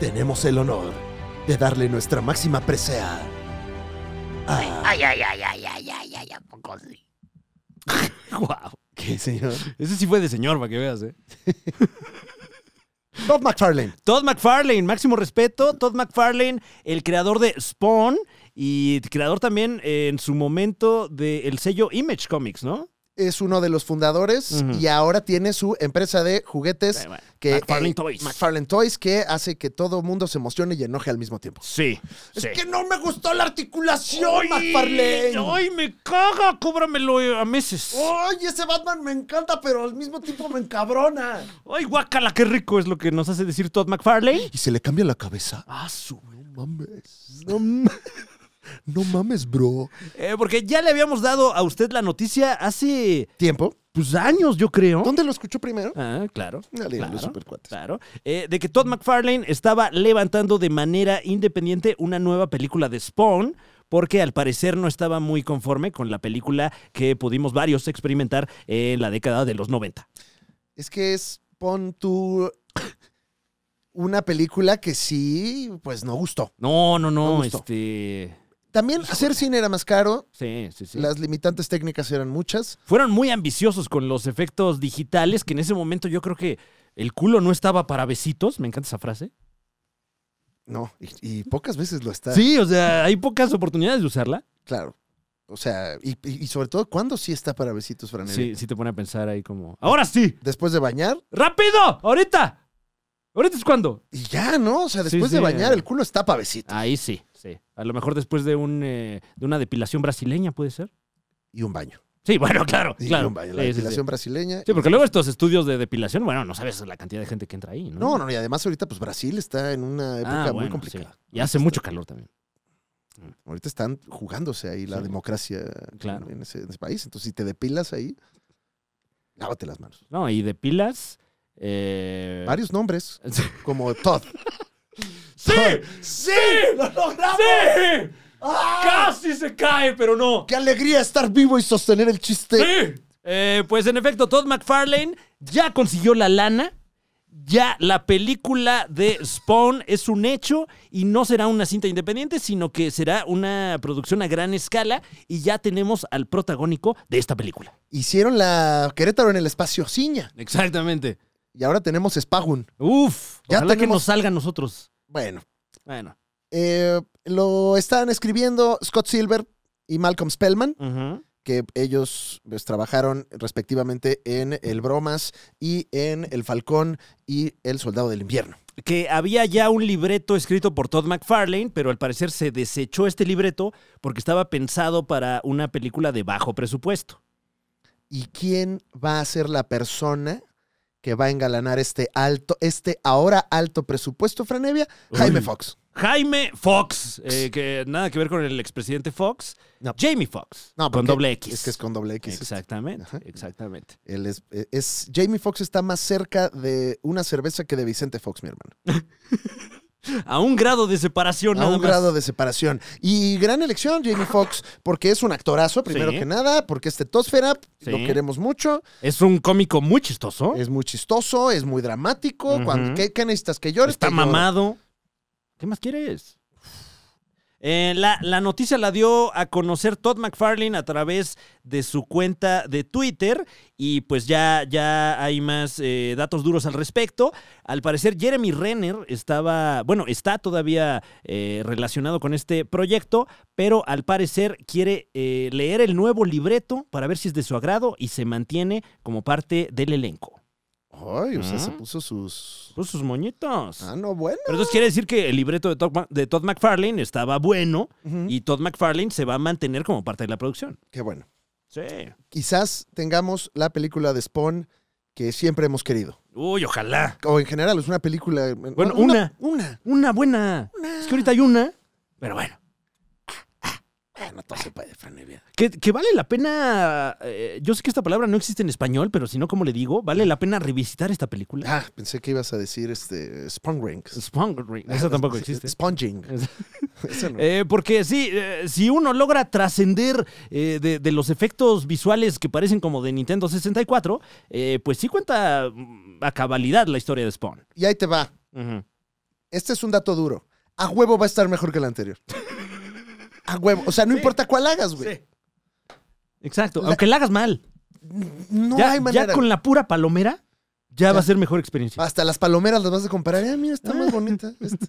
tenemos el honor de darle nuestra máxima presea a...
Ay, ay, ay, ay, ay, ay, ay, ¿a poco sí?
¡Wow!
¿Qué, señor?
Ese sí fue de señor, para que veas, ¿eh?
Bob McFarlane.
Todd McFarlane, máximo respeto. Todd McFarlane, el creador de Spawn y creador también eh, en su momento del sello Image Comics, ¿no?
Es uno de los fundadores
Ujú.
y ahora tiene su empresa de juguetes
Eh, bueno,
que...
McFarlane
eh,
Toys.
McFarlane Toys que hace que todo mundo se emocione y enoje al mismo tiempo.
Sí. sí.
Es que no me gustó la articulación,
¡Ay,
McFarlane.
¡Ay, me caga! Cóbramelo eh, a meses.
¡Ay, ese Batman me encanta, pero al mismo tiempo me encabrona!
¡Ay, guacala, qué rico! Es lo que nos hace decir Todd McFarlane.
¿Y se le cambia la cabeza?
¡Ah, su
No mames. No mames, bro.
Eh, porque ya le habíamos dado a usted la noticia hace,
¿Tiempo?
pues, años, yo creo.
¿Dónde lo escuchó primero?
Ah, claro.
Dale,
claro,
los supercuates.
claro. Eh, de que Todd McFarlane estaba levantando de manera independiente una nueva película de Spawn. Porque al parecer no estaba muy conforme con la película que pudimos varios experimentar en la década de los 90.
Es que es, pon tú, una película que sí, pues no gustó.
No, no,
No
no.
gustó.
Este.
También hacer cine era más caro,
Sí, sí, sí.
las limitantes técnicas eran muchas.
Fueron muy ambiciosos con los efectos digitales, que en ese momento yo creo que el culo no estaba para besitos. Me encanta esa frase.
No, y, y pocas veces lo está.
Sí, o sea, hay pocas oportunidades de usarla.
Claro. O sea, y, y- y sobre todo, ¿cuándo sí está para besitos, Franel?
Sí, sí te pone a pensar ahí como. ¡Ahora sí!
Después de bañar,
¡Rápido! ¡Ahorita! ¿Ahorita es cuando?
y ya, ¿no? O sea,
Sí,
después de
sí.
bañar, el culo está para besitos.
Ahí sí, sí. A lo mejor después de, un, eh, de una depilación brasileña, ¿puede ser?
Y un baño.
Sí, bueno, claro,
Y
claro.
un baño. La
Sí, sí, sí.
depilación brasileña.
Sí, porque luego estos estudios de depilación, bueno, no sabes la cantidad de gente que entra ahí, ¿no?
No, no, y además ahorita, pues Brasil está en una época
Ah,
muy
bueno,
complicada.
sí. Y hace mucho calor también.
Ahorita están jugándose ahí la
Sí.
democracia
Claro.
en, ese, en ese país. Entonces, si te depilas ahí, lávate las manos.
No, y depilas. Eh...
Varios nombres,
¡Sí!
como Todd.
¡Sí!
¡Sí!
¡Lo logramos! ¡Casi se cae, pero no!
¡Qué alegría estar vivo y sostener el chiste!
Sí. Eh, pues en efecto, Todd McFarlane ya consiguió la lana. Ya la película de Spawn es un hecho y no será una cinta independiente, sino que será una producción a gran escala y ya tenemos al protagónico de esta película.
Hicieron la Querétaro en el espacio Ciña.
Exactamente.
Y ahora tenemos Spagun.
Uf,
Ya
ojalá que
tenemos-
nos salga a nosotros.
Bueno,
Bueno.
eh, lo están escribiendo Scott Silver y Malcolm Spellman,
ujú.
que ellos pues, trabajaron respectivamente en El Bromas y en El Falcón y El Soldado del Invierno.
que había ya un libreto escrito por Todd McFarlane, pero al parecer se desechó este libreto porque estaba pensado para una película de bajo presupuesto.
¿Y quién va a ser la persona que va a engalanar este alto, este ahora alto presupuesto, Franevia? Jaime
Uy.
Fox.
Jaime Fox, eh, que nada que ver con el expresidente Fox,
No.
Jamie Fox,
No,
con
porque
doble X.
Es que es con doble X. este.
Exactamente,
Ajá.
exactamente.
Él es, eh, es- Jamie Fox está más cerca de una cerveza que de Vicente Fox, mi hermano.
A un grado de separación
a
nada
un
más.
grado de separación. Y gran elección, Jamie Fox, porque es un actorazo, primero
Sí.
que nada, porque es tetosfera,
Sí.
lo queremos mucho,
Es un cómico muy chistoso,
es muy chistoso, es muy dramático.
Ujú.
cuando, ¿qué, qué necesitas que llores?
está
Te lloro.
mamado. ¿Qué más quieres? Eh, la, la noticia la dio a conocer Todd McFarlane a través de su cuenta de Twitter y pues ya, ya hay más eh, datos duros al respecto. Al parecer Jeremy Renner estaba, bueno, está todavía eh, relacionado con este proyecto, pero al parecer quiere eh, leer el nuevo libreto para ver si es de su agrado y se mantiene como parte del elenco.
Ay, o sea, se
Ah.
puso sus.
Pues sus moñitos.
Ah, no, bueno.
Pero entonces quiere decir que el libreto de Todd, Ma- de Todd McFarlane estaba bueno
Ujú.
y Todd McFarlane se va a mantener como parte de la producción.
Qué bueno.
Sí.
Quizás tengamos la película de Spawn que siempre hemos querido.
Uy, ojalá.
O en general, es una película. eh,
Bueno,
Una. una.
Una buena. Es que ahorita hay una. Pero bueno.
Bueno, Ah, todo se puede, Franevia.
Que, que vale la pena. eh, yo sé que esta palabra no existe en español, pero si no, como le digo, vale la pena revisitar esta película.
Ah, pensé que ibas a decir este. Spawn Rings.
Spawn Ring. Esa tampoco existe.
Sponging.
Es-
Esa no.
Eh, porque sí, eh, si uno logra trascender eh, de, de los efectos visuales que parecen como de Nintendo 64, eh, pues sí cuenta mm, a cabalidad la historia de Spawn.
Y ahí te va. Este es un dato duro. A huevo va a estar mejor que el anterior. A huevo. O sea, no importa cuál hagas, güey.
Exacto, aunque la hagas mal.
No
ya,
hay
ya
manera.
con la pura palomera, ya, va
Ya. Ah.
a ser mejor experiencia.
Hasta las palomeras las vas a comparar. Ah, mira, está más bonita. Este, esta.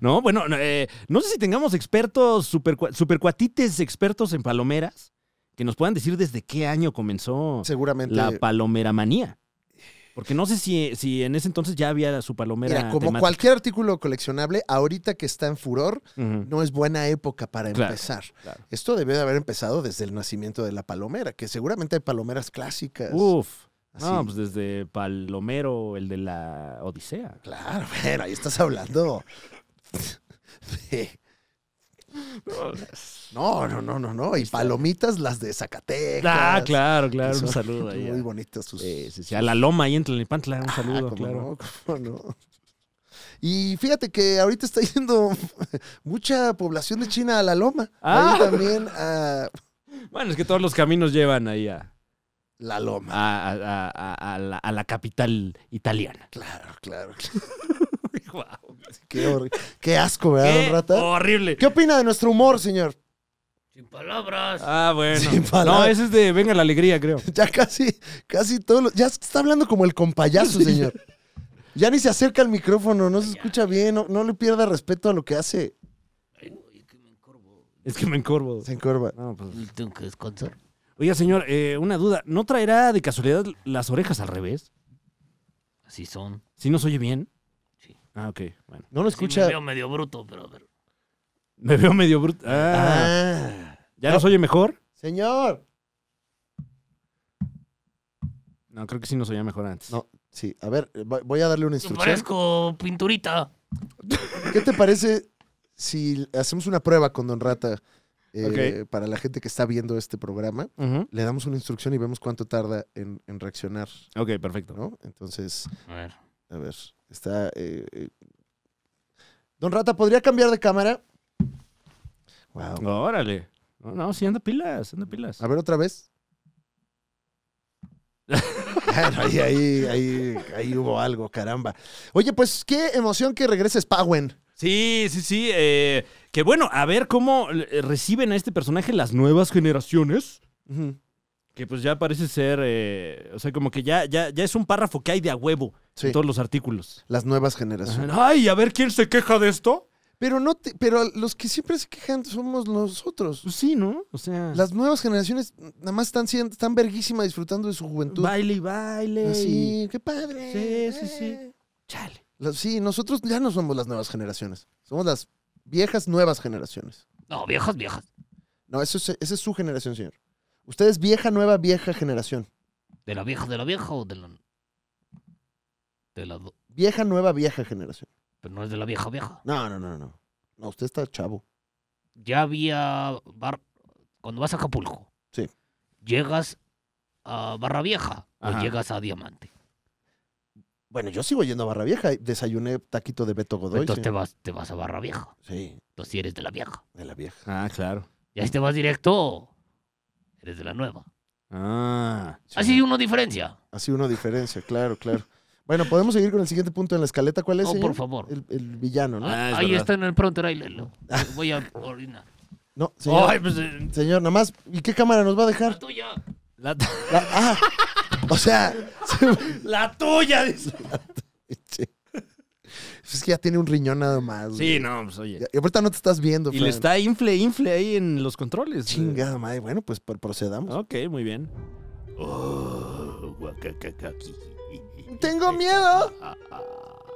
No, bueno, no, eh, no sé si tengamos expertos, supercua- supercuatites expertos en palomeras, que nos puedan decir desde qué año comenzó
Seguramente.
la palomera manía. Porque no sé si, si en ese entonces ya había su palomera.
Mira, como
temática.
cualquier artículo coleccionable, ahorita que está en furor,
Ujú.
no es buena época para
Claro,
empezar.
claro.
Esto debió de haber empezado desde el nacimiento de la palomera, que seguramente hay palomeras clásicas.
Uf.
Así.
No, pues desde Palomero, el de la Odisea.
Claro, bueno, ahí estás hablando de No, no, no, no, no. Y palomitas las de Zacatecas.
Ah, claro,
que
claro. Un
son
saludo ahí.
Muy bonitas sus.
Sí, sí, sí, A Eh, la loma ahí en Tlalnepantla, un
Ah,
saludo,
cómo
claro.
no, cómo no. Y fíjate que ahorita está yendo mucha población de China a la loma.
Ah.
Ahí también a
Bueno, es que todos los caminos llevan ahí a,
la loma.
a- a- a- a la, a la capital italiana.
Claro, claro.
Guau.
Qué, hor- qué asco, ¿verdad,
¡Qué
don Rata?
horrible!
¿Qué opina de nuestro humor, señor?
Sin palabras.
Ah, bueno.
Sin
no,
palabras.
ese es de Venga la Alegría, creo.
Ya casi, casi todo lo- Ya está hablando como el compayazo, señor. Ya ni se acerca al micrófono, no se escucha bien, no, no le pierda respeto a lo que hace.
Ay, güey, que me encorvo.
Es que me encorvo.
Se encorva.
No, pues.
Tengo que descansar.
Oiga, señor, eh, una duda. ¿No traerá de casualidad las orejas al revés?
Así son.
¿Si nos oye bien?
Sí.
Ah, ok. Bueno.
No lo
Sí
escucha.
me veo medio bruto, pero a ver.
Me veo medio bruto. Ah,
Ah,
¿Ya nos oye mejor?
señor.
No, creo que sí nos oía mejor antes.
No. Sí, a ver, va- voy a darle una
Yo
instrucción.
parezco pinturita.
¿Qué te parece si hacemos una prueba con Don Rata eh,
Ok.
para la gente que está viendo este programa?
Ujú.
Le damos una instrucción y vemos cuánto tarda en, en reaccionar,
Ok, perfecto.
¿no? Entonces,
A ver.
a ver, está... eh, eh. Don Rata, ¿podría cambiar de cámara? Wow.
Órale. No, no, sí, anda pilas, anda pilas.
A ver, otra vez. Claro, ahí, ahí, ahí, ahí hubo algo, caramba. Oye, pues qué emoción que regreses, Pawen.
Sí, sí, sí. eh, que bueno, a ver cómo eh, reciben a este personaje las nuevas generaciones. Que pues ya parece ser, eh, o sea, como que ya, ya, ya es un párrafo que hay de a huevo
Sí.
en todos los artículos.
Las nuevas generaciones.
Ay, a ver quién se queja de esto.
Pero no te- pero los que siempre se quejan somos nosotros.
Pues sí, ¿no? O sea,
Las nuevas generaciones nada más están siendo, están verguísimas disfrutando de su juventud. Ah,
baile y baile. y-
Así, qué padre. Eh.
Sí, sí, sí. Chale.
La- sí, nosotros ya no somos las nuevas generaciones. Somos las viejas nuevas generaciones.
No, viejas, viejas.
No, eso es, esa es su generación, señor. Usted es vieja, nueva, vieja generación.
¿De la vieja, de la vieja o de la. De la. do-
Vieja, nueva, vieja generación.
Pero no es de la vieja, vieja.
No, no, no, no. No, usted está chavo.
Ya había. Bar... Cuando vas a Acapulco.
Sí.
Llegas a Barra Vieja
Ajá.
o llegas a Diamante.
Bueno, yo sigo yendo a Barra Vieja. Desayuné taquito de Beto Godoy.
Entonces te
señor.
vas, te vas a Barra Vieja.
Sí,
Entonces sí eres de la vieja.
de la vieja.
Ah, claro.
Y ahí te vas directo. Eres de la nueva.
Ah.
Sí.
Así uno diferencia.
Así una diferencia, claro, claro. Bueno, podemos seguir con el siguiente punto en la escaleta. ¿Cuál es?
No,
señor?
Oh, por favor.
El, el villano, ¿no?
Ah, es
ahí
verdad.
está en el pronto, ahí léelo. Voy a orinar.
No, señor.
Ay, pues, eh,
Señor, nada más. ¿Y qué cámara nos va a
La
dejar?
tuya.
la,
La- ah, o sea.
la tuya. dice.
sí. Este, pues Es que ya tiene un riñón nada más.
Sí,
güey.
no, pues oye.
Ya- Y ahorita no te estás viendo,
Y
Fran.
le está infle, infle ahí en los controles.
Chingada madre. Bueno, pues por- procedamos.
Ok, muy bien.
Oh, guacacacaqui.
Tengo miedo.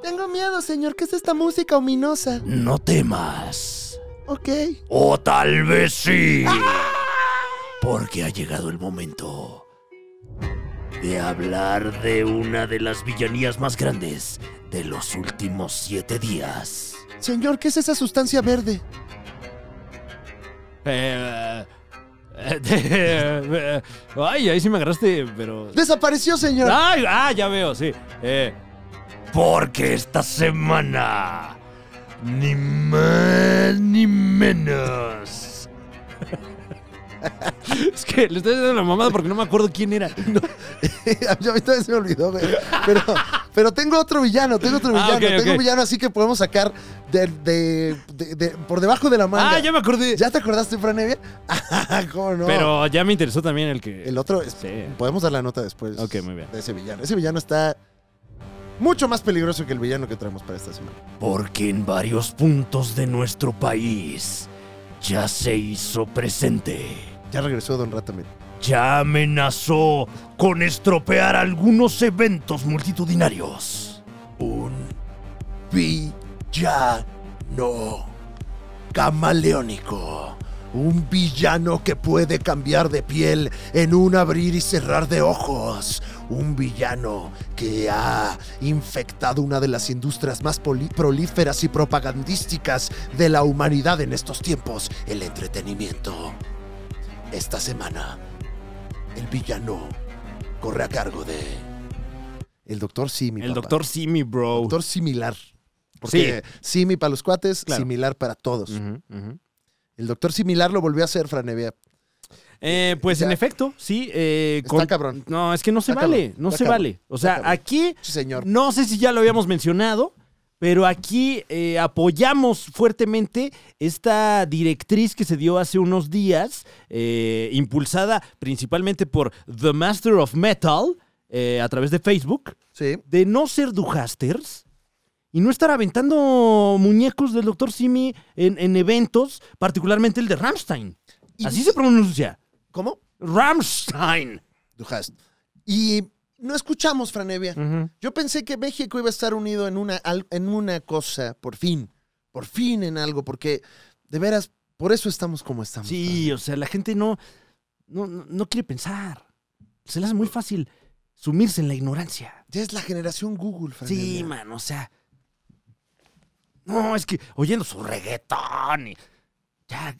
Tengo miedo, señor. ¿Qué es esta música ominosa?
No temas.
Ok.
O tal vez sí. Porque ha llegado el momento de hablar de una de las villanías más grandes de los últimos siete días.
Señor, ¿qué es esa sustancia verde?
Eh, ay, ahí sí me agarraste, pero...
Desapareció, señor.
Ay, ah, ya veo, sí. Eh, porque esta semana, ni más ni menos. es que le estoy dando la mamada porque no me acuerdo quién era.
A mí también se me olvidó, güey. Pero, pero tengo otro villano, tengo otro
Ah,
villano.
ok,
tengo
ok.
un villano así que podemos sacar de, de- de- de- por debajo de la manga.
ah, ya me acordé.
¿Ya te acordaste, Franevia? Ah, ¿Cómo no?
Pero ya me interesó también el que.
El otro, es-
Sí.
podemos dar la nota después
Ok, muy bien.
de ese villano. Ese villano está mucho más peligroso que el villano que traemos para esta semana.
porque en varios puntos de nuestro país ya se hizo presente.
Ya regresó Don Rata, mira.
Ya amenazó con estropear algunos eventos multitudinarios. Un villano camaleónico
Un villano que puede cambiar de piel en un abrir y cerrar de ojos. Un villano que ha infectado una de las industrias más poli- prolíferas y propagandísticas de la humanidad en estos tiempos, el entretenimiento. Esta semana, el villano corre a cargo de... El doctor Simi.
El
papá.
doctor Simi, bro.
Doctor similar. Porque Simi para los cuates,
Claro. Mm.
similar para todos.
Ujú, ujú.
El doctor similar lo volvió a hacer, Franevia.
Eh, pues
Ya.
en efecto, sí. eh,
Está cabrón.
No, es que no se
Está
vale,
cabrón,
no
está
se
cabrón,
vale. O
está
sea,
cabrón.
aquí,
Sí, señor.
no sé si ya lo habíamos mencionado, pero aquí eh, apoyamos fuertemente esta directriz que se dio hace unos días, eh, impulsada principalmente por The Master of Metal eh, a través de Facebook,
Sí.
de no ser dujasters. Y no estar aventando muñecos del Dr. Simi en, en eventos, particularmente el de Rammstein.
Y-
Así se pronuncia.
¿Cómo?
Rammstein.
Duhast. Y no escuchamos,
Mm.
Franevia. Yo pensé que México iba a estar unido en una, al- en una cosa, por fin. Por fin en algo, porque de veras, por eso estamos como estamos.
Sí, o sea, la gente no, no, no- no quiere pensar. Se le hace muy fácil sumirse en la ignorancia.
Fran. Ya es la generación Google, Franevia.
Sí, man, o sea. No, es que oyendo su reggaetón y. Ya,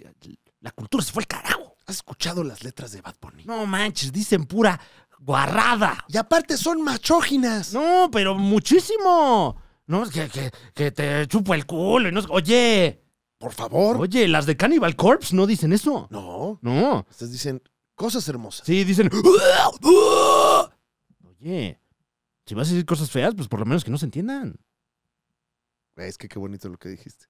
la cultura se fue al carajo.
¿Has escuchado las letras de Bad Bunny?
No manches, dicen pura guarrada.
Y aparte son machóginas.
No, pero muchísimo. No, es que, que, que te chupo el culo y no es- Oye,
Por favor.
oye, las de Cannibal Corpse no dicen eso.
No.
No.
Ustedes dicen cosas hermosas.
Sí, dicen. Oye, si vas a decir cosas feas, pues por lo menos que no se entiendan.
Güey, Es que qué bonito lo que dijiste.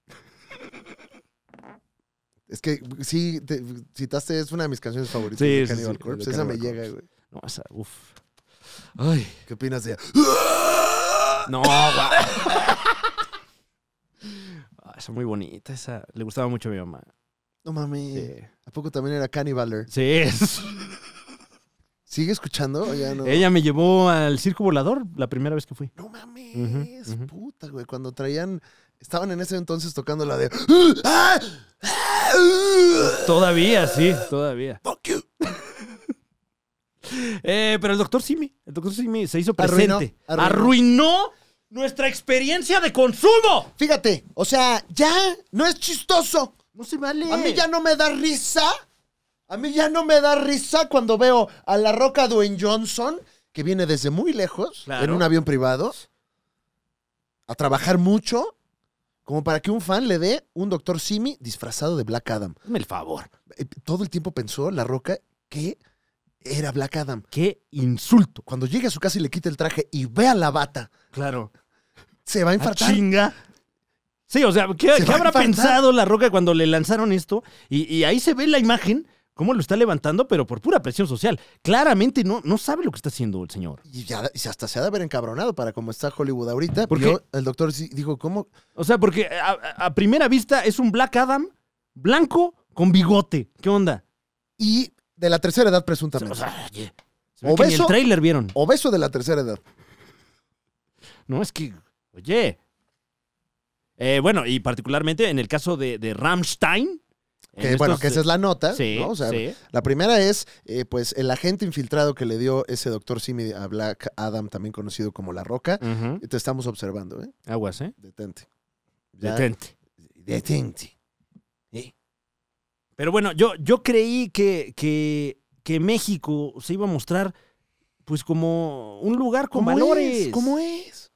Es que sí, te- citaste, es una de mis canciones favoritas
Sí,
de
sí,
Cannibal
sí,
Corpse.
de
Esa me
Cannibal
llega,
Corpse.
güey.
No, esa, uff. Ay.
¿Qué opinas de
No, guau. Ah, Esa muy bonita, esa. Le gustaba mucho a mi mamá.
No mami.
Sí.
¿A poco también era Cannibaler?
Sí, es-
¿Sigue escuchando? o ya no.
Ella me llevó al circo volador la primera vez que fui.
No mames,
Ujú, ujú.
puta, güey. Cuando traían. Estaban en ese entonces tocando la de. "Ah,
Todavía, sí, todavía.
Fuck you.
Eh, pero el doctor Simi, el doctor Simi se hizo
Arruinó,
presente.
arruinó.
arruinó nuestra experiencia de consumo.
Fíjate, o sea, ya no es chistoso.
No se vale.
A mí ya no me da risa. A mí ya no me da risa cuando veo a la roca Dwayne Johnson, que viene desde muy lejos,
Claro.
en un avión privado, a trabajar mucho, como para que un fan le dé un Dr. Simi disfrazado de Black Adam.
Hazme el favor.
Eh, Todo el tiempo pensó la roca que era Black Adam.
Qué insulto.
Cuando llegue a su casa y le quite el traje y vea la bata,
Claro.
se va a
Ah,
infartar.
chinga. Sí, o sea, ¿qué,
Se
qué
va a
habrá
infartar.
pensado la roca cuando le lanzaron esto? Y, y ahí se ve la imagen, cómo lo está levantando, pero por pura presión social. Claramente no, no sabe lo que está haciendo el señor.
Y ya y hasta se ha de haber encabronado para cómo está Hollywood ahorita.
¿Por
Vio- El doctor sí dijo, ¿cómo?
O sea, porque a, a- a primera vista es un Black Adam blanco con bigote. ¿Qué onda?
Y de la tercera edad presuntamente.
O sea, oye, se ve que ni
Obeso.
el trailer vieron.
Obeso de la tercera edad.
No, es que, oye. Eh, bueno, y particularmente en el caso de, de Rammstein. en
Que, bueno,
estos,
que esa es la nota.
Sí,
¿no? O sea,
sí.
La primera es, eh, pues, el agente infiltrado que le dio ese doctor Simi a Black Adam, también conocido como La Roca.
Ujú.
Te estamos observando, ¿eh?
Aguas, ¿eh?
Detente. Ya-
Detente.
Detente.
Pero bueno, yo, yo creí que, que, que México se iba a mostrar pues como un lugar con
¿Cómo
valores.
es? ¿Cómo es?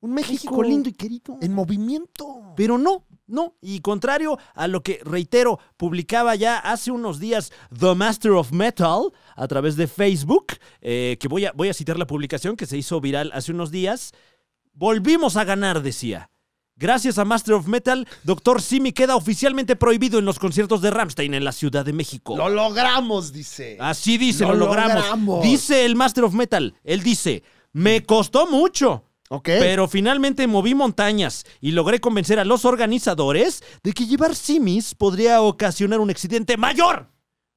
Un México,
México lindo y querido.
en movimiento.
Pero no, no. Y contrario a lo que, reitero, publicaba ya hace unos días The Master of Metal a través de Facebook, eh, que voy a, voy a citar la publicación que se hizo viral hace unos días. Volvimos a ganar, decía. Gracias a Master of Metal, Doctor Simi queda oficialmente prohibido en los conciertos de Ramstein en la Ciudad de México.
Lo logramos, dice.
Así dice,
Lo
lo, logramos.
logramos. Mm.
Dice el Master of Metal. Él dice, me costó mucho.
ok.
Pero finalmente moví montañas y logré convencer a los organizadores de que llevar simis podría ocasionar un accidente mayor.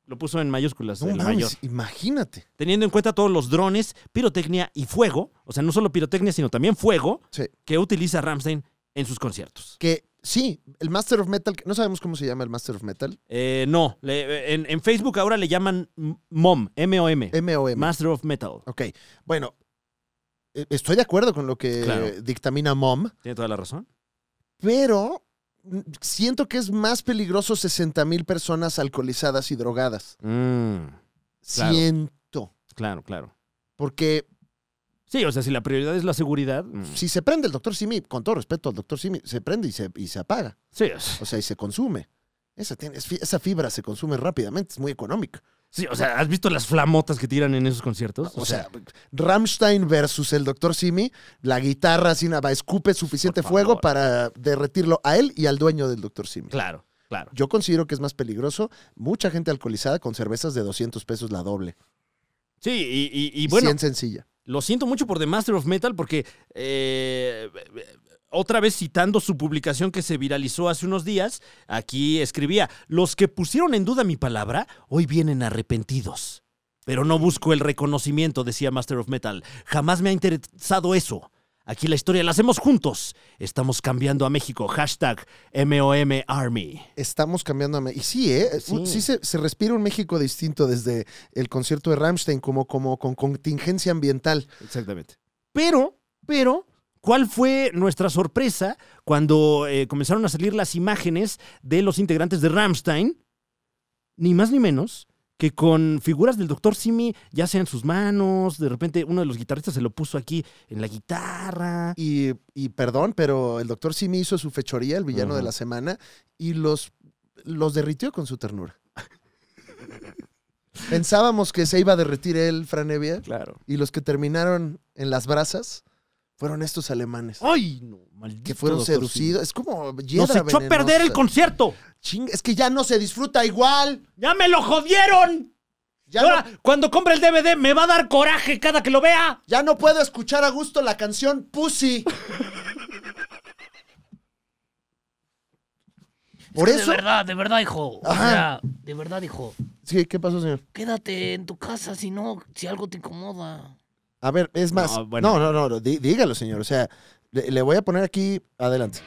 Lo puso en mayúsculas,
No
el
mames,
mayor.
imagínate.
Teniendo en cuenta todos los drones, pirotecnia y fuego, o sea, no solo pirotecnia, sino también fuego,
Sí.
que utiliza Ramstein en sus conciertos.
Que Sí, el Master of Metal, que- no sabemos cómo se llama el Master of Metal.
Eh, no, le- en, en Facebook ahora le llaman M- MOM, M-O-M,
MOM.
Master of Metal.
Ok, bueno, eh, estoy de acuerdo con lo que
Claro.
dictamina MOM,
Tiene toda la razón.
pero mm, siento que es más peligroso 60 mil personas alcoholizadas y drogadas.
Mm, Claro.
Siento,
claro, claro.
porque
Sí, o sea, si la prioridad es la seguridad. mm,
si se prende el doctor Simi, con todo respeto al doctor Simi, se prende y se, y se apaga,
Sí, es-
o sea, y se consume. Esa, tiene- es fi- esa fibra se consume rápidamente, es muy económica.
sí, o sea, ¿has visto las flamotas que tiran en esos conciertos?
O sea, Rammstein versus el Dr. Simi, la guitarra sin nada, escupe suficiente
Por
fuego
favor.
para derretirlo a él y al dueño del Dr. Simi.
claro, claro.
Yo considero que es más peligroso mucha gente alcoholizada con cervezas de 200 pesos la doble.
Sí, y, y- y
Y
bueno,
100 sencilla.
lo siento mucho por The Master of Metal porque eh, otra vez citando su publicación que se viralizó hace unos días, aquí escribía, los que pusieron en duda mi palabra hoy vienen arrepentidos. Pero no busco el reconocimiento, decía Master of Metal. Jamás me ha interesado eso. Aquí la historia la hacemos juntos. Estamos cambiando a México. Hashtag MOM Army.
Estamos cambiando a... Me- Y sí, ¿eh?
Sí.
Sí se, se respira un México distinto desde el concierto de Rammstein como, como con contingencia ambiental.
Exactamente. Pero, pero, ¿cuál fue nuestra sorpresa cuando eh, comenzaron a salir las imágenes de los integrantes de Rammstein? Ni más ni menos que con figuras del Dr. Simi, ya sea en sus manos, de repente uno de los guitarristas se lo puso aquí en la guitarra.
Y, y perdón, pero el Dr. Simi hizo su fechoría, el villano
Ajá.
de la semana, y los, los derritió con su ternura. Pensábamos que se iba a derretir él, Franevia,
Claro.
y los que terminaron en las brasas fueron estos alemanes.
¡Ay, no! Maldito
que fueron
Dr.
seducidos. Es como
Simi. Nos
hiedra
echó a perder el
venenosa.
concierto.
Ching, es que ya no se disfruta igual.
¡Ya me lo jodieron!
Ya,
Ahora,
no,
cuando compre el DVD, me va a dar coraje cada que lo vea.
ya no puedo escuchar a gusto la canción Pussy. Por
De
eso.
verdad, de verdad, hijo. O
Ajá.
sea, de verdad, hijo.
Sí, ¿qué pasó, señor?
Quédate en tu casa si no, si algo te incomoda.
A ver, es más. No,
No, bueno.
no, no, no, dí- dígalo, señor. O sea, le, le voy a poner aquí adelante.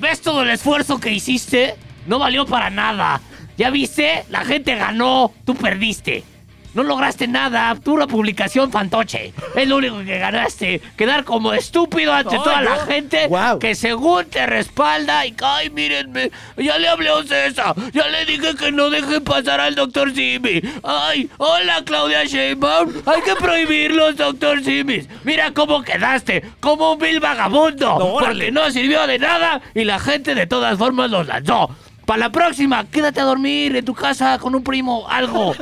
¿Ves todo el esfuerzo que hiciste? No valió para nada. ¿Ya viste? La gente ganó, tú perdiste. No lograste nada, tú una publicación fantoche. Es lo único que ganaste. Quedar como estúpido ante
Ay,
toda la
no.
gente
Guau.
que según te respalda y ay, mírenme, ya le hablé a Ocesa, ya le dije que no deje pasar al doctor Simi. Ay, hola Claudia Sheinbaum, hay que prohibir los doctor Simis. Mira cómo quedaste, como un vil vagabundo, porque
órale.
no sirvió de nada y la gente de todas formas los lanzó. Para la próxima, quédate a dormir en tu casa con un primo, algo.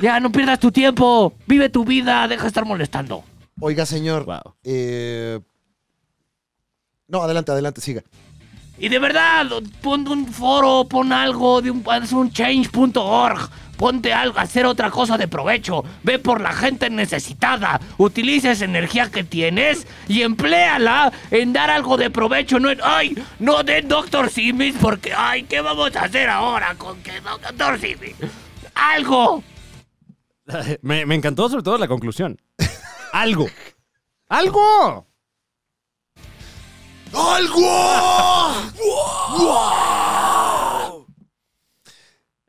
Ya, no pierdas tu tiempo, vive tu vida, deja de estar molestando.
Oiga, señor.
Wow.
eh, no, adelante, adelante, siga.
Y de verdad, pon un foro, pon algo, de un, haz un change.org. Ponte algo, hacer otra cosa de provecho. Ve por la gente necesitada. Utiliza esa energía que tienes y empléala en dar algo de provecho. No en, ay, no de Doctor Simis, porque, ay, ¿qué vamos a hacer ahora con que Doctor Simis? Algo.
Me, me encantó sobre todo la conclusión. Algo. ¡Algo!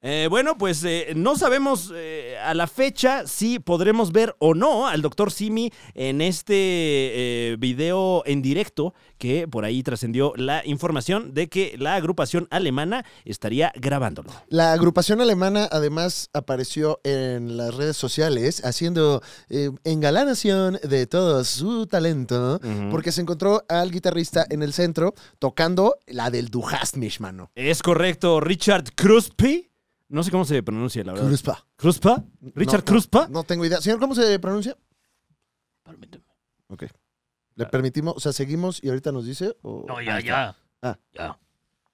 Eh, bueno, pues eh, no sabemos eh, a la fecha si podremos ver o no al doctor Simi en este eh, video en directo que por ahí trascendió la información de que la agrupación alemana estaría grabándolo.
La agrupación alemana además apareció en las redes sociales haciendo eh, engalanación de todo su talento porque se encontró al guitarrista en el centro tocando la del Duhasmish, mano.
Es correcto, Richard Kruspe. No sé cómo se pronuncia, la verdad.
Cruzpa.
¿Kruspa? ¿Richard
No, no,
Kruspa?
No tengo idea. Señor, ¿cómo se pronuncia? Ok.
Ah.
¿Le permitimos? O sea, ¿seguimos y ahorita nos dice? o-
No, ya, ya.
Ah.
Ya.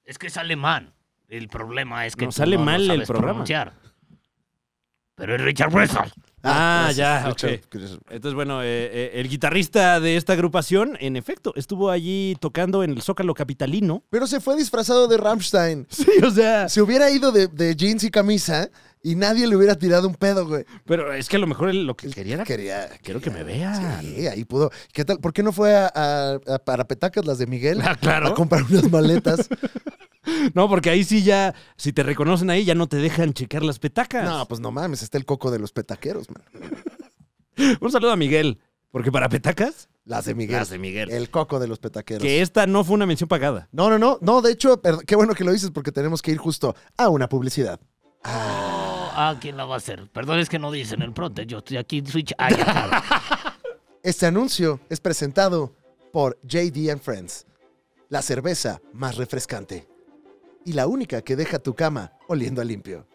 Es que es alemán. El problema es que
Nos
tú
sale
no lo
mal el
sabes
programa.
pronunciar. Pero es Richard Bressler.
Ah, ya,
Richard,
ok.
gracias.
Entonces, bueno, eh, eh, el guitarrista de esta agrupación, en efecto, estuvo allí tocando en el Zócalo Capitalino.
Pero se fue disfrazado de Rammstein.
Sí, o sea.
Se hubiera ido de, de jeans y camisa y nadie le hubiera tirado un pedo, güey.
Pero es que a lo mejor él lo que quería era.
Quería.
Quiero que me
quería-
vean.
Sí, ahí pudo. ¿Qué tal? ¿Por qué no fue a, a- a Parapetacas, las de Miguel?
Ah, claro.
A comprar unas maletas.
No, porque ahí sí ya, si te reconocen ahí, ya no te dejan checar las petacas.
no, pues no mames, está el coco de los petaqueros, man.
Un saludo a Miguel. Porque para petacas,
Las de Miguel.
Las de Miguel.
El coco de los petaqueros.
que esta no fue una mención pagada.
No, no, no. No, de hecho, perd- qué bueno que lo dices porque tenemos que ir justo a una publicidad.
Ah, ¿quién la va a hacer? Perdón, es que no dicen el pronto. Yo estoy aquí en Switch. Ah, ya está.
Este anuncio es presentado por JD and Friends, la cerveza más refrescante y la única que deja tu cama oliendo a limpio.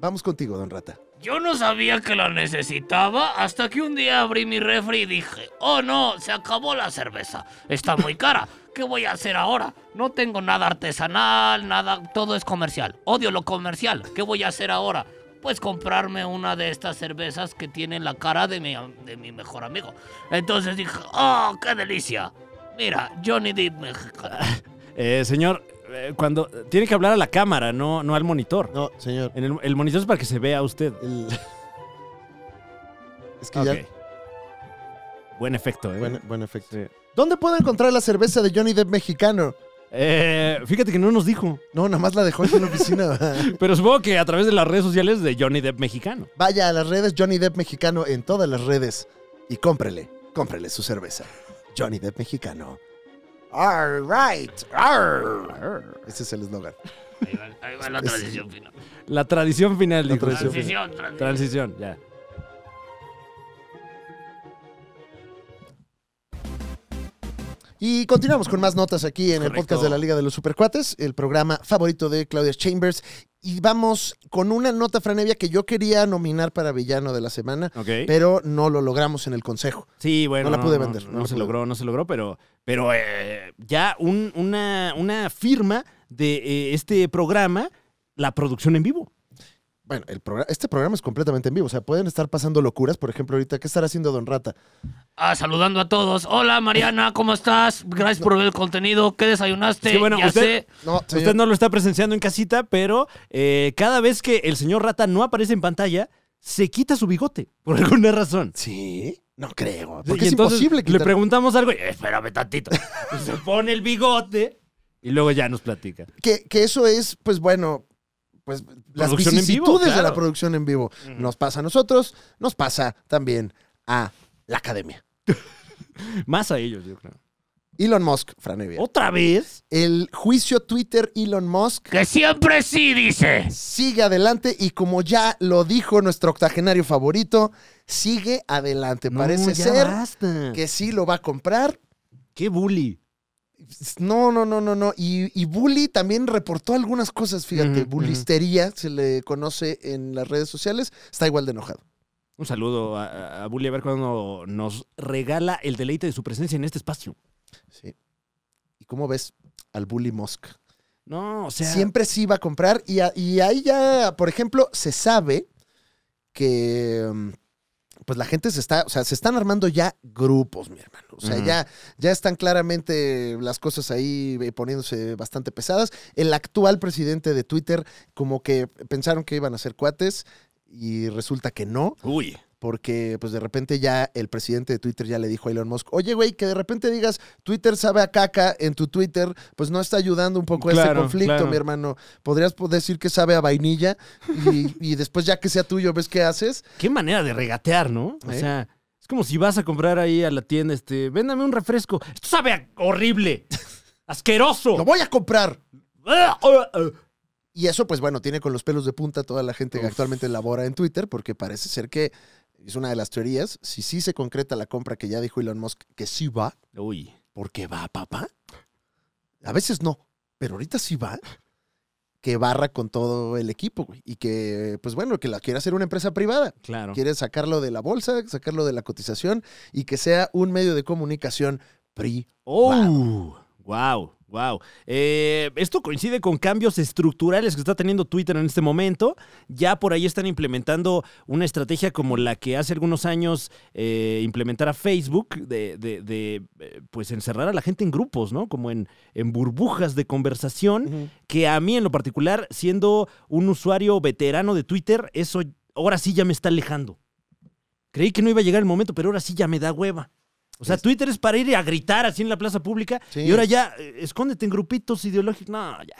Vamos contigo, don Rata.
Yo no sabía que la necesitaba hasta que un día abrí mi refri y dije, oh no, se acabó la cerveza. Está muy cara. ¿Qué voy a hacer ahora? No tengo nada artesanal, nada, todo es comercial. Odio lo comercial. ¿Qué voy a hacer ahora? Pues comprarme una de estas cervezas que tienen la cara de mi, de mi mejor amigo. Entonces dije, oh, qué delicia. Mira, Johnny Depp mexicano.
Eh, señor, eh, cuando. Tiene que hablar a la cámara, no, no al monitor.
No, señor.
En el, el monitor es para que se vea usted.
Es que
Ok. Buen efecto,
ya.
¿eh?
Buen, buen efecto.
Sí.
¿Dónde puedo encontrar la cerveza de Johnny Depp mexicano?
Eh, fíjate que no nos dijo.
No, nada más la dejó en la oficina.
Pero supongo que a través de las redes sociales de Johnny Depp mexicano.
Vaya a las redes Johnny Depp mexicano en todas las redes y cómprele, cómprele su cerveza. Johnny Depp mexicano. All right. arr. Ese es el eslogan.
Ahí va, ahí va la transición final.
La tradición final,
La
dijo.
tradición final.
Transición, transición.
Transición, ya.
Y continuamos con más notas aquí en el
Correcto.
podcast de la Liga de los Supercuates, el programa favorito de Claudia Chambers. Y vamos con una nota franevia que yo quería nominar para villano de la semana,
Ok.
pero no lo logramos en el consejo.
Sí, bueno.
No la pude vender,
No,
no la
se
pude
logró, no se logró, pero, pero eh, ya un- una, una firma de eh, este programa, la producción en vivo.
Bueno, el progra- este programa es completamente en vivo, o sea, pueden estar pasando locuras. Por ejemplo, ahorita, ¿qué estará haciendo Don Rata?
Ah, saludando a todos. Hola Mariana, ¿cómo estás? Gracias por ver el contenido. ¿Qué desayunaste?
Sí, bueno,
ya
usted-
sé.
No, señor.
Usted no lo está presenciando en casita, pero eh, cada vez que el señor Rata no aparece en pantalla, se quita su bigote, por alguna razón.
¿Sí? No creo.
Y
Porque es
entonces
imposible
Le
quitar-
preguntamos algo y, "Eh, espérame tantito. Y se pone el bigote y luego ya nos platica.
que, que eso es, pues bueno, pues las
Producción en
vicisitudes
vivo,
de la
claro.
producción en vivo. Nos pasa a nosotros, nos pasa también a la academia.
Más a ellos, yo creo.
Elon Musk, Franevia.
¿Otra vez?
El juicio Twitter Elon Musk
Que siempre sí dice.
sigue adelante y como ya lo dijo nuestro octogenario favorito, sigue adelante. Parece ser que sí lo va a comprar.
¡Qué bully!
No, no, no, no, no. Y, y Bully también reportó algunas cosas, fíjate.
Ujú,
Bullistería se le conoce en las redes sociales. Está igual de enojado.
Un saludo a, a Bully, a ver cuándo nos regala el deleite de su presencia en este espacio.
Sí. ¿Y cómo ves al Bully Musk?
No, o sea.
Siempre sí va a comprar. Y, a- y ahí ya, por ejemplo, se sabe que. mm, Pues la gente se está, o sea, se están armando ya grupos, mi hermano. O sea,
Ujú.
ya, ya están claramente las cosas ahí eh, poniéndose bastante pesadas. El actual presidente de Twitter, como que pensaron que iban a ser cuates y resulta que no
Uy.
porque pues de repente ya el presidente de Twitter ya le dijo a Elon Musk, oye güey, que de repente digas Twitter sabe a caca en tu Twitter, pues no está ayudando un poco a este
Claro,
conflicto,
claro.
mi hermano. Podrías po- decir que sabe a vainilla y, y después ya que sea tuyo, ¿ves qué haces?
Qué manera de regatear, ¿no? O
¿Eh?
sea, es como si vas a comprar ahí a la tienda, este, véndame un refresco. Esto sabe a- horrible.
Lo
Oh.
Asqueroso.
voy a comprar.
Ah, ah, ah.
Y eso pues bueno, tiene con los pelos de punta toda la gente que
Uf.
actualmente labora en Twitter, porque parece ser que es una de las teorías, si sí se concreta la compra que ya dijo Elon Musk que sí va,
Uy.
porque va, papá. A veces no, pero ahorita sí va. Que barra con todo el equipo, güey. Y que, pues bueno, que la quiera hacer una empresa privada.
Claro.
Quiere sacarlo de la bolsa, sacarlo de la cotización y que sea un medio de comunicación pri.
¡Oh! ¡Wow! Wow. Eh, esto coincide con cambios estructurales que está teniendo Twitter en este momento. Ya por ahí están implementando una estrategia como la que hace algunos años eh, implementara Facebook, de, de- de, eh, pues encerrar a la gente en grupos, ¿no? Como en, en burbujas de conversación, que a mí en lo particular, siendo un usuario veterano de Twitter, eso ahora sí ya me está alejando. Creí que no iba a llegar el momento, pero ahora sí ya me da hueva. O sea, Twitter es para ir a gritar así en la plaza pública
Sí.
y ahora ya eh, escóndete en grupitos ideológicos. No, ya.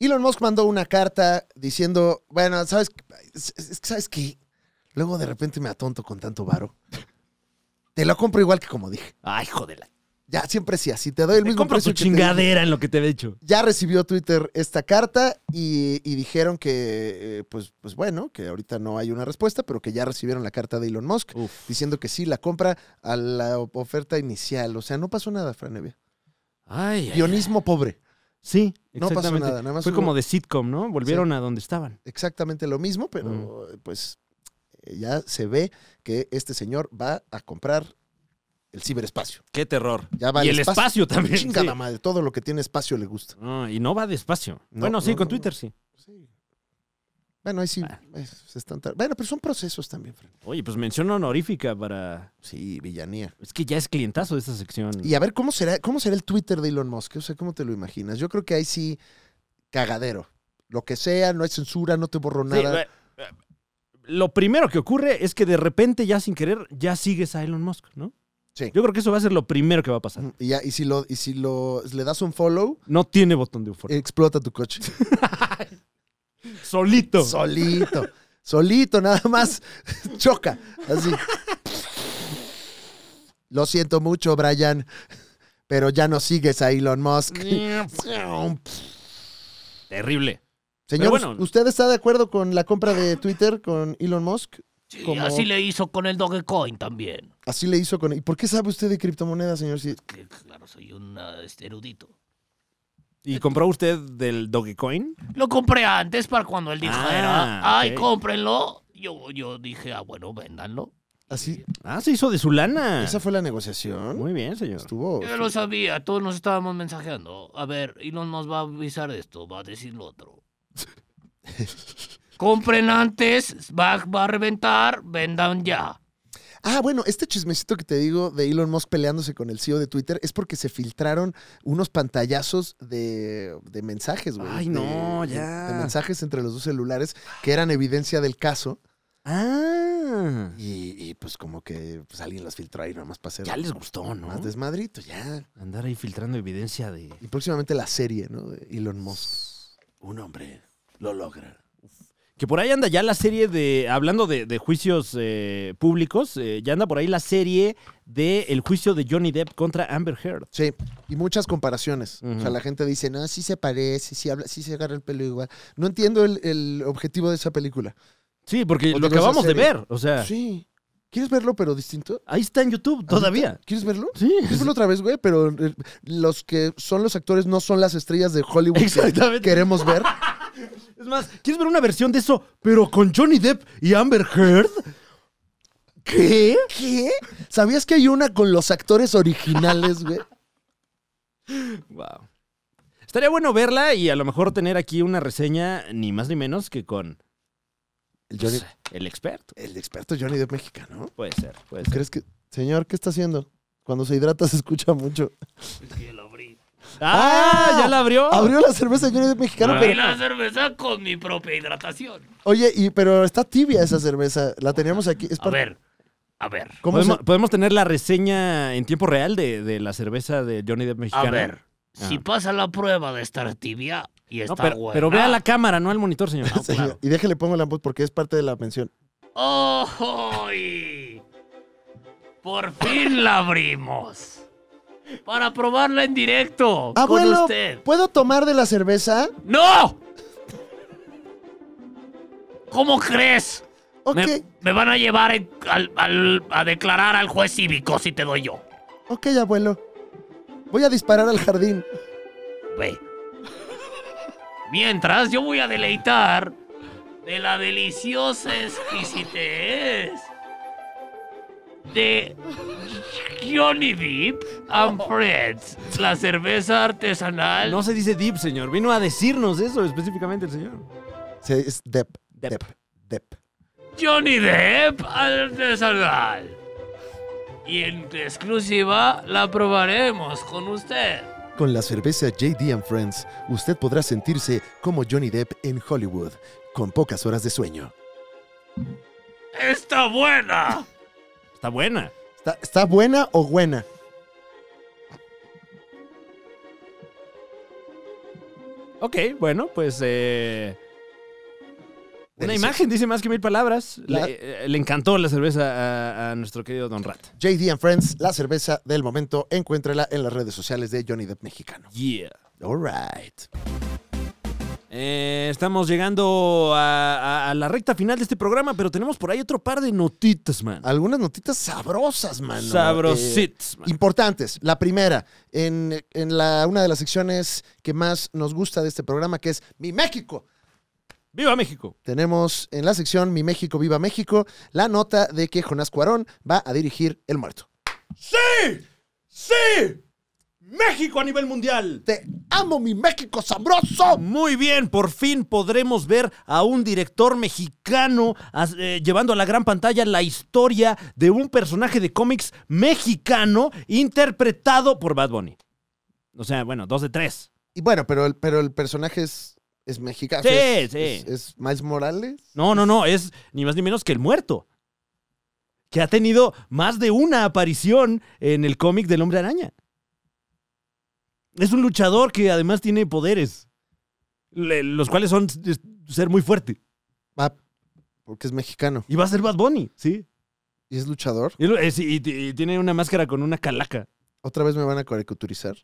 Elon Musk mandó una carta diciendo, bueno, ¿sabes, es- es que ¿sabes qué? Luego de repente me atonto con tanto varo. Te lo compro igual que como dije.
Ay, jódela.
Ya, siempre sí, así te doy el
Te
mismo
compro
precio
tu
que te dije.
chingadera en lo que te he dicho.
Ya recibió Twitter esta carta y, y dijeron que, eh, pues, pues bueno, que ahorita no hay una respuesta, pero que ya recibieron la carta de Elon Musk
Uf.
diciendo que sí, la compra a la op- oferta inicial. O sea, no pasó nada, Franevia.
Ay, ay.
Guionismo pobre.
Sí,
No pasó
exactamente.
nada, nada más
Fue
hubo-
como de sitcom, ¿no? Volvieron a donde estaban.
Exactamente lo mismo, pero pues eh, ya se ve que este señor va a comprar el ciberespacio.
Qué terror.
Ya va
y
al
el espacio, también.
Chingada
sí.
madre, todo lo que tiene espacio le gusta.
No, y no va despacio.
No,
bueno, sí,
no,
con
no.
Twitter Ah, sí. Ah.
Sí. Bueno, ahí sí. eh, se están tar- Bueno, pero son procesos también, Fran.
Oye, pues mención honorífica para. Mm.
Sí, villanía.
Es que ya es clientazo de esta sección.
Y a ver, ¿cómo será, ¿cómo será el Twitter de Elon Musk? O sea, ¿cómo te lo imaginas? Yo creo que ahí sí, cagadero. Lo que sea, no hay censura, no te borro
Sí,
nada.
eh, eh, lo primero que ocurre es que de repente, ya sin querer, ya sigues a Elon Musk, ¿no?
Sí.
Yo creo que eso va a ser lo primero que va a pasar.
Ujú, y, ya, y si, lo, y si lo, le das un follow,
No tiene botón de euforia.
Eh, explota tu coche.
Solito.
Solito. Solito, nada más. Choca. Así. Lo siento mucho, Brian. Pero ya no sigues a Elon Musk.
Mm. Terrible.
Señor,
bueno.
¿usted está de acuerdo con la compra de Twitter con Elon Musk?
Sí,
Como-
así le hizo con el Dogecoin también.
Así le hizo con... ¿Y por qué sabe usted de criptomonedas, señor? Sí.
Que claro, soy un ah, este, erudito.
¿Y compró usted del Dogecoin?
Lo compré antes para cuando él dijera,
Ah,
ay,
ok.
cómprenlo. Yo, yo dije, ah, bueno, véndanlo.
Así,
Ah, se hizo de su lana.
esa fue la negociación.
Muy bien, señor.
Estuvo...
Yo lo sabía, todos nos estábamos mensajeando. A ver, Elon nos va a avisar de esto, va a decir lo otro. Compren antes, va, va a reventar, vendan ya.
Ah, bueno, este chismecito que te digo de Elon Musk peleándose con el CEO de Twitter es porque se filtraron unos pantallazos de, de mensajes, güey.
Ay,
de-
no,
de-
ya.
De, mensajes entre los dos celulares que eran evidencia del caso.
Ah.
Y, y, pues como que pues, alguien los filtró ahí nomás para hacer
Ya les gustó, ¿no?
más desmadrito, ya.
Andar ahí filtrando evidencia de.
Y próximamente la serie, ¿no? De Elon Musk.
Un hombre lo logra.
Que por ahí anda ya la serie de. Hablando de, de juicios eh, públicos, eh, ya anda por ahí la serie de el juicio de Johnny Depp contra Amber Heard.
Sí, y muchas comparaciones. O sea,
Ujú.
la gente dice, no, sí se parece, sí habla, sí se agarra el pelo igual. No entiendo el, el objetivo de esa película.
Sí, porque
O
lo
digo, esa
acabamos de
serie.
ver. O sea,
Sí. ¿Quieres verlo pero distinto?
ahí está en YouTube todavía.
¿Quieres verlo?
Sí.
¿Quieres verlo otra vez, güey? Pero eh, los que son los actores no son las estrellas de Hollywood que
Exactamente.
queremos ver.
Es más, ¿quieres ver una versión de eso, pero con Johnny Depp y Amber Heard? ¿Qué?
¿Qué? ¿Sabías que hay una con los actores originales, güey?
Wow. Estaría bueno verla y a lo mejor tener aquí una reseña, ni más ni menos que con
El, Johnny-
el experto.
el experto Johnny Depp mexicano.
Puede ser, puede ser.
¿Crees que...? Señor, ¿qué está haciendo? Cuando se hidrata se escucha mucho.
Y lo abrí.
¡Ah! ¿Ya la abrió?
Abrió la cerveza Johnny Depp mexicano,
Abrí
pero...
la
Ah.
cerveza con mi propia hidratación.
Oye, y, pero está tibia esa cerveza. La teníamos aquí. Es
A
para-
ver, a ver,
¿Cómo se-
¿Podemos, podemos tener la reseña en tiempo real de, de la cerveza de Johnny Depp
a
mexicana.
ver. Si
Ah.
pasa la prueba de estar tibia y
No,
está
pero,
buena.
pero vea la cámara, no al monitor, señor.
Ah,
Señor,
claro.
Y déjale pongo la voz porque es parte de la mención.
¡Oh! y- Por fin la abrimos. Para probarla en directo con
Abuelo,
usted.
¿puedo tomar de la cerveza?
¡No! ¿Cómo crees?
Ok,
Me- Me, van a llevar en- al- al- a declarar al juez cívico si te doy yo.
ok, abuelo. Voy a disparar al jardín.
Ve. Mientras yo voy a deleitar de la deliciosa exquisitez de Johnny Depp and Friends, la cerveza artesanal.
No se dice Deep, señor. Vino a decirnos eso específicamente el señor.
Se- es Dep.
Dep.
Dep. Dep.
Johnny Depp artesanal. Y en exclusiva la probaremos con usted.
Con la cerveza JD and Friends, usted podrá sentirse como Johnny Depp en Hollywood, con pocas horas de sueño.
¡Está buena!
Está buena.
¿Está, está buena o buena?
Ok, bueno, pues. eh, una
Delicioso.
imagen dice más que mil palabras.
La-
Le, eh, le encantó la cerveza a, a nuestro querido Don Rat.
JD and Friends, la cerveza del momento, encuéntrala en las redes sociales de Johnny Depp Mexicano.
Yeah.
All right.
Eh, estamos llegando a, a- a la recta final de este programa, pero tenemos por ahí otro par de notitas, man.
Algunas notitas sabrosas, mano. Eh,
Sabrositas, man.
Importantes. La primera, en, en la, una de las secciones que más nos gusta de este programa, que es Mi México.
¡Viva México!
Tenemos en la sección Mi México, Viva México, la nota de que Jonás Cuarón va a dirigir El Muerto.
¡Sí! ¡Sí! ¡México a nivel mundial!
¡Te amo, mi México sabroso!
Muy bien, por fin podremos ver a un director mexicano as- eh, llevando a la gran pantalla la historia de un personaje de cómics mexicano interpretado por Bad Bunny. O sea, bueno, dos de tres.
Y bueno, pero el, pero el personaje es, es mexicano.
Sí,
es,
sí.
Es, es Miles Morales.
No, no, no, es ni más ni menos que el muerto. Que ha tenido más de una aparición en el cómic del Hombre Araña. Es un luchador que además tiene poderes. le- los cuales son s- ser muy fuerte.
Ah, porque es mexicano.
Y va a ser Bad Bunny, ¿sí?
¿Y es luchador?
Y, lo- eh, sí, y t- y tiene una máscara con una calaca.
¿Otra vez me van a caricaturizar?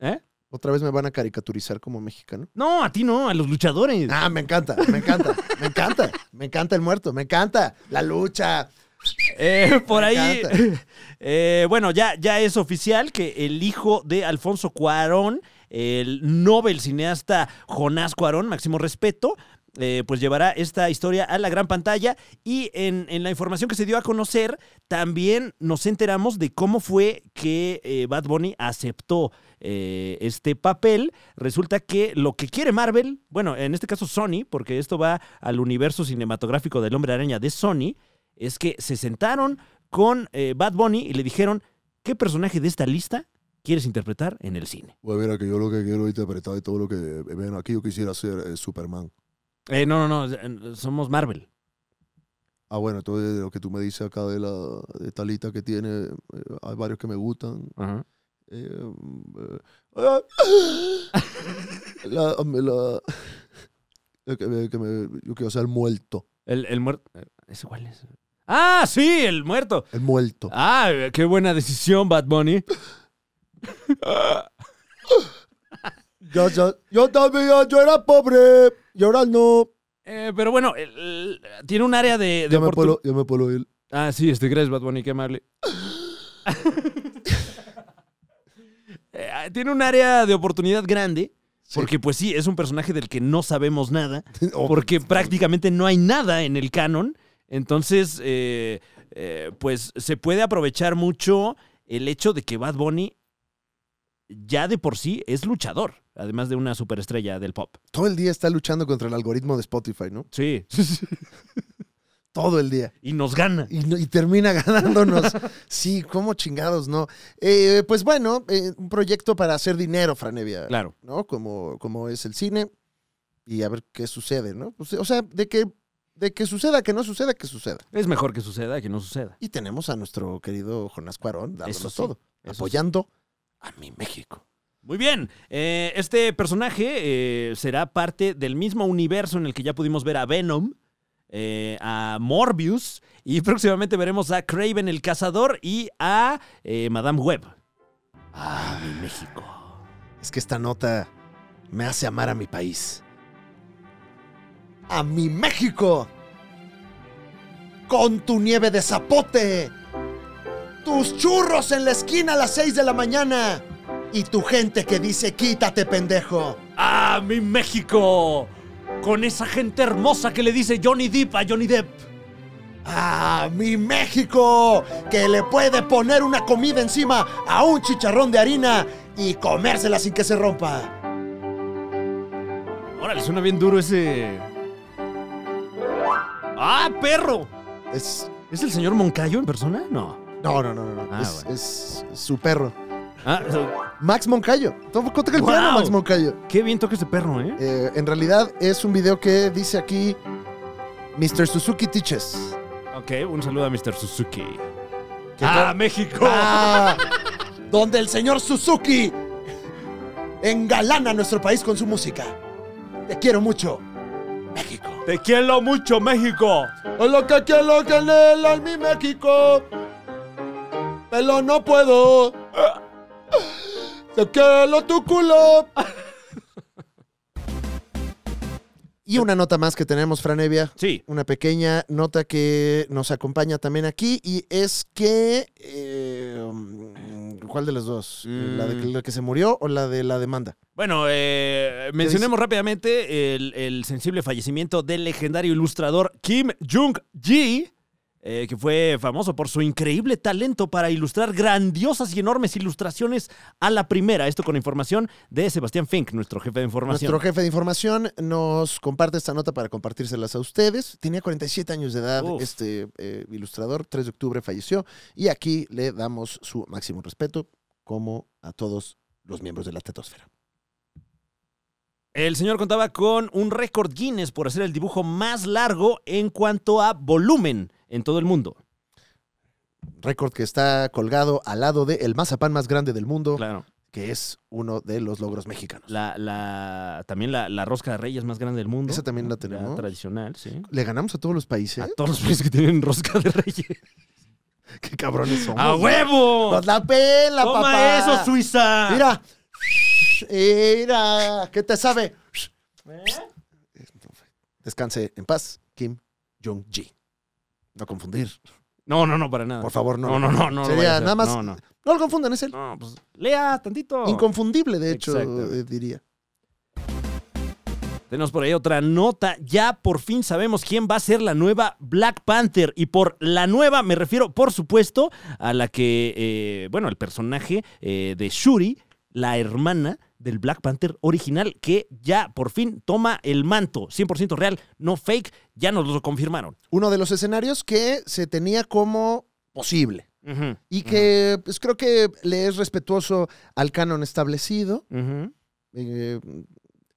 ¿Eh?
¿Otra vez me van a caricaturizar como mexicano?
No, a ti no, a los luchadores.
Ah, me encanta, me encanta, me encanta, me encanta el muerto, me encanta la lucha.
Eh, por
Me
ahí.
encanta.
eh, bueno, ya, ya es oficial que el hijo de Alfonso Cuarón, el Nobel cineasta Jonás Cuarón, máximo respeto. eh, pues llevará esta historia a la gran pantalla y en, en la información que se dio a conocer también nos enteramos de cómo fue que eh, Bad Bunny aceptó eh, este papel. Resulta que lo que quiere Marvel, bueno, en este caso Sony, porque esto va al universo cinematográfico del hombre araña de Sony, es que se sentaron con eh, Bad Bunny y le dijeron, ¿qué personaje de esta lista quieres interpretar en el cine?
Pues mira, que yo lo que quiero interpretar y todo lo que eh, ven aquí, yo quisiera ser eh, Superman.
Eh, no, no, no, eh, somos Marvel.
Ah, bueno, entonces lo que tú me dices acá de la de esta lista que tiene, eh, hay varios que me gustan. Eh, eh, ah, la, la- eh, que me- que me- yo quiero ser el muerto.
El, muerto... ¿Ese cuál es? Ah, sí, el muerto.
El muerto.
Ah, qué buena decisión, Bad Bunny.
Yo, yo, yo también, yo era pobre. Y ahora no.
Eh, pero bueno, el- el- tiene un área de... de
Ya me,
oportun-
puedo, ya me puedo ir.
Ah, sí, este, gracias, Bad Bunny, qué amable. Eh, ah, tiene un área de oportunidad grande, porque pues sí, es un personaje del que no sabemos nada,
Oh,
porque prácticamente no hay nada en el canon. Entonces, eh, eh, pues se puede aprovechar mucho el hecho de que Bad Bunny ya de por sí es luchador, además de una superestrella del pop.
Todo el día está luchando contra el algoritmo de Spotify, ¿no?
Sí.
Todo el día.
y nos gana.
Y, no- y termina ganándonos. Sí, cómo chingados, ¿no? Eh, pues bueno, eh, un proyecto para hacer dinero, Franevia.
Claro.
¿no? Como, como es el cine y a ver qué sucede, ¿no? Pues, o sea, de que, de que suceda, que no suceda, que suceda.
Es mejor que suceda que no suceda.
Y tenemos a nuestro querido Jonás Cuarón dándonos
Eso sí,
todo,
eso sí.
apoyando a mi México.
Muy bien, eh, este personaje eh, será parte del mismo universo en el que ya pudimos ver a Venom, eh, a Morbius y próximamente veremos a Craven el Cazador y a eh, Madame Web. Ah, mi México.
Es que esta nota me hace amar a mi país. ¡A mi México! Con tu nieve de zapote, tus churros en la esquina a las 6 de la mañana y tu gente que dice quítate pendejo.
Ah, mi México. Con esa gente hermosa que le dice Johnny Depp a Johnny Depp.
¡Ah, mi México! Que le puede poner una comida encima a un chicharrón de harina y comérsela sin que se rompa.
Órale, suena bien duro ese. ¡Ah, perro!
Es.
¿Es el señor Moncayo en persona? No.
No, no, no, no. no.
Ah,
es,
bueno.
es su perro.
Ah, so-
Max Moncayo. Toma toca el
¡Wow!
piano, Max Moncayo.
qué bien toca ese perro, ¿eh?
Eh, en realidad es un video que dice aquí Mr. Suzuki Teaches.
Ok, un saludo a Mr. Suzuki.
Que
¡Ah, México!
Ah, donde el señor Suzuki engalana nuestro país con su música. Te quiero mucho, México.
¡Te quiero mucho, México!
Lo que quiero que le mi México. Pero no puedo. Te quiero tu culo. Y una nota más que tenemos, Franevia.
Sí.
una pequeña nota que nos acompaña también aquí y es que eh, mm, ¿cuál de las dos?
Mm.
¿La de que- la que se murió o la de la demanda?
Bueno, eh, mencionemos rápidamente el, el sensible fallecimiento del legendario ilustrador Kim Jong-ji, eh, que fue famoso por su increíble talento para ilustrar grandiosas y enormes ilustraciones a la primera. Esto con información de Sebastián Fink, nuestro jefe de información.
Nuestro jefe de información nos comparte esta nota para compartírselas a ustedes. Tenía 47 años de edad
Uf.
este eh, ilustrador, 3 de octubre falleció y aquí le damos su máximo respeto como a todos los miembros de la tetosfera.
El señor contaba con un récord Guinness por hacer el dibujo más largo en cuanto a volumen en todo el mundo.
Récord que está colgado al lado del el mazapán más grande del mundo,
Claro.
que es uno de los logros mexicanos.
La, la, también la, la rosca de reyes más grande del mundo.
Esa también la tenemos.
tradicional, sí.
Le ganamos a todos los países.
A todos los países que tienen rosca de reyes.
¡Qué cabrones somos!
¡A huevo!
¡Nos la pela,
¡Toma
papá!
eso, Suiza!
¡Mira! ¡Mira! ¿Qué te sabe? Descanse en paz, Kim Jong-ji. No confundir.
No, no, no, para nada.
Por favor, no.
Ah. no, no, no, no. lo
Sería
vaya a hacer.
nada más-
No, no.
No lo confundan, es él.
No, pues lea tantito.
Inconfundible, de hecho,
Exactamente.
eh, diría.
Tenemos por ahí otra nota. Ya por fin sabemos quién va a ser la nueva Black Panther. Y por la nueva me refiero, por supuesto, a la que, eh, bueno, el personaje eh, de Shuri, la hermana del Black Panther original, que ya por fin toma el manto. 100% real, no fake. Ya nos lo confirmaron.
Uno de los escenarios que se tenía como posible.
Ujú,
Y que pues, creo que le es respetuoso al canon establecido.
ujú.
Eh,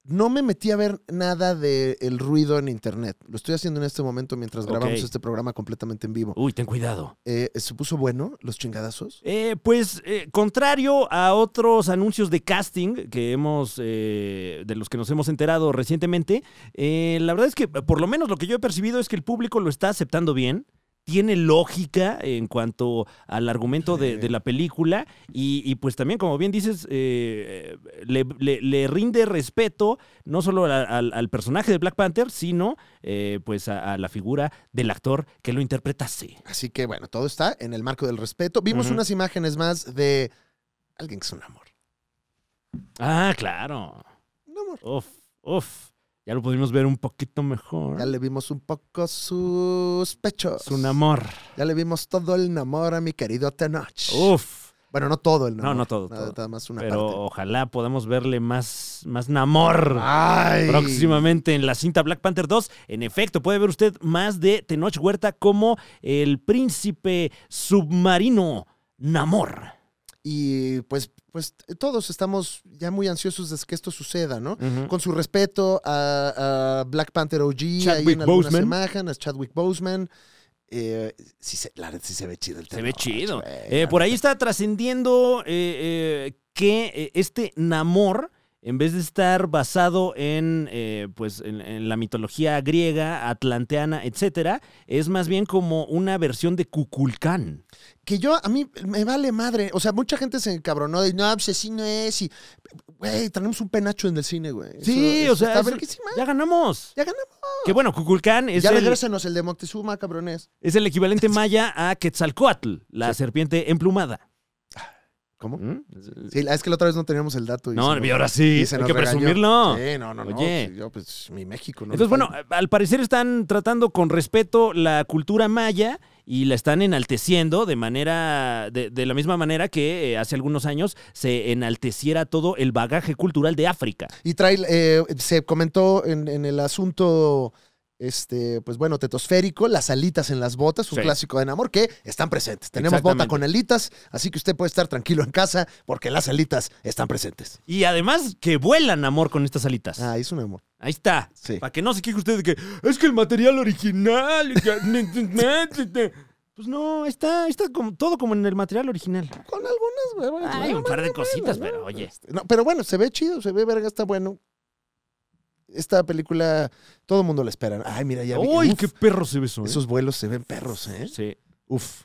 no me metí a ver nada del el ruido en internet. Lo estoy haciendo en este momento mientras
Ok.
grabamos este programa completamente en vivo.
Uy, ten cuidado.
Eh, ¿Se puso bueno los chingadazos?
Eh, pues, eh, contrario a otros anuncios de casting que hemos, eh, de los que nos hemos enterado recientemente, eh, la verdad es que, por lo menos lo que yo he percibido es que el público lo está aceptando bien. Tiene lógica en cuanto al argumento de, de la película y, y, pues también, como bien dices, eh, le, le- le rinde respeto no solo a- al- al personaje de Black Panther, sino eh, pues a, a la figura del actor que lo interpretase.
Así que bueno, todo está en el marco del respeto. Vimos
Ujú.
unas imágenes más de alguien que es un amor.
Ah, claro.
Un amor.
Uf, uf. Ya lo pudimos ver un poquito mejor.
Ya le vimos un poco sus pechos.
Es un amor.
Ya le vimos todo el amor a mi querido Tenoch.
Uf.
Bueno, no todo el
No,
amor.
no todo,
Nada,
todo.
nada más una
Pero
parte.
ojalá podamos verle más, más Namor.
Ay.
Próximamente en la cinta Black Panther 2. En efecto, puede ver usted más de Tenoch Huerta como el príncipe submarino Namor.
Y pues, pues todos estamos ya muy ansiosos de que esto suceda, ¿no? Con su respeto a, a Black Panther OG, ahí
Chadwick
en algunas
Boseman.
imágenes, Chadwick Boseman. Eh, sí, se, la, neta sí se ve chido el
Se
tema,
ve chido.
güey,
Eh,
la
por
neta.
ahí está trascendiendo eh, eh, que eh, este Namor, en vez de estar basado en, eh, pues, en, en la mitología griega, atlanteana, etcétera, es más bien como una versión de Cuculcán.
Que yo, a mí me vale madre. O sea, mucha gente se encabronó de, no, pues así no es. Y, güey, tenemos un penacho en el cine, güey.
Sí,
Eso-
o sea,
Está
eso-
verguísima.
Ya ganamos.
Ya ganamos.
Que bueno, Cuculcán es,
ya
el,
regrésenos el de Moctezuma, cabrones.
es el equivalente maya a Quetzalcoatl, la serpiente emplumada.
¿Cómo?
¿Mm?
Sí, la- es que la otra vez no teníamos el dato. y se
No,
nos-
y ahora sí,
y se
hay
nos
que
regañó.
presumirlo.
Sí, no, no, no.
Oye.
sí, yo, pues, mi México, ¿no?
Entonces, bueno, al parecer están tratando con respeto la cultura maya y la están enalteciendo de manera, de, de la misma manera que eh, hace algunos años se enalteciera todo el bagaje cultural de África.
Y trae, eh, se comentó en, en el asunto, este, pues bueno, tetosférico, las alitas en las botas, un
Sí.
clásico de enamor, que están presentes. Tenemos bota
Exactamente.
con alitas, así que usted puede estar tranquilo en casa porque las alitas están presentes.
Y además que vuelan amor con estas alitas.
Ah, es un amor.
Ahí está.
Sí.
Para que no se queje usted de que es que el material original. y que-" pues no, ahí está, ahí está como, todo como en el material original.
Con algunas, bueno,
Hay un par de cositas, pero oye.
Este, No, pero bueno, se ve chido, se ve verga, está bueno. Esta película, todo el mundo la espera. Ay, mira, ya vi.
¡Uy,
uf,
qué perro se besó! ¿eh?
Esos vuelos se ven perros, ¿eh?
Sí.
Uf.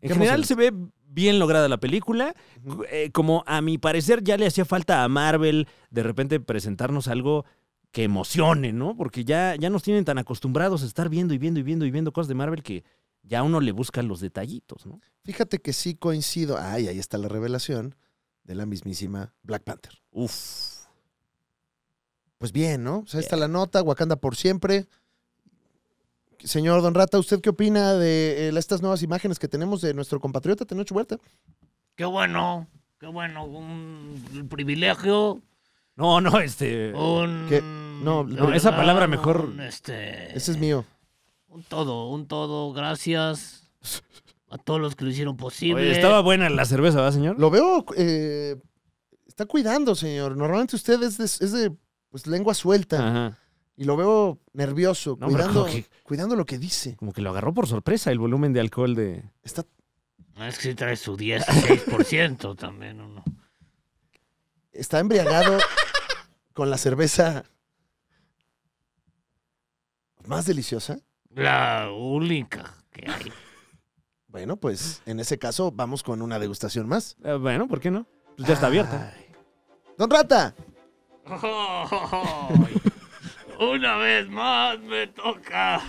En
Qué
general
emocionante.
se ve bien lograda la película.
Ujú.
Eh, como a mi parecer ya le hacía falta a Marvel de repente presentarnos algo que emocione, ¿no? Porque ya, ya nos tienen tan acostumbrados a estar viendo y viendo y viendo y viendo cosas de Marvel que ya uno le busca los detallitos, ¿no?
Fíjate que sí coincido. Ay, ahí está la revelación de la mismísima Black Panther.
Uf.
Pues bien, ¿no? O sea, ahí está la nota, Wakanda por siempre. Señor Don Rata, ¿usted qué opina de eh, estas nuevas imágenes que tenemos de nuestro compatriota Tenoch Huerta?
Qué bueno, qué bueno. Un privilegio,
No, no, este.
un...
¿Qué? No,
no, esa palabra mejor-
un, Este,
Ese es
Eh.
mío.
Un todo, un todo. Gracias a todos los que lo hicieron posible.
Oye, estaba buena la cerveza, ¿verdad, señor?
Lo veo, eh, está cuidando, señor. Normalmente usted es de, es de, pues, lengua suelta
Ajá.
y lo veo nervioso,
No, hombre,
cuidando,
¿cómo que?
cuidando lo que dice.
Como que lo agarró por sorpresa el volumen de alcohol de.
Está,
Es que sí trae su 16% también, ¿o no?
está embriagado con la cerveza más deliciosa.
La única que hay.
Bueno, pues en ese caso vamos con una degustación más.
Eh, bueno, ¿por qué no? Pues ya está abierta.
Ay. Don Rata,
Una vez más me toca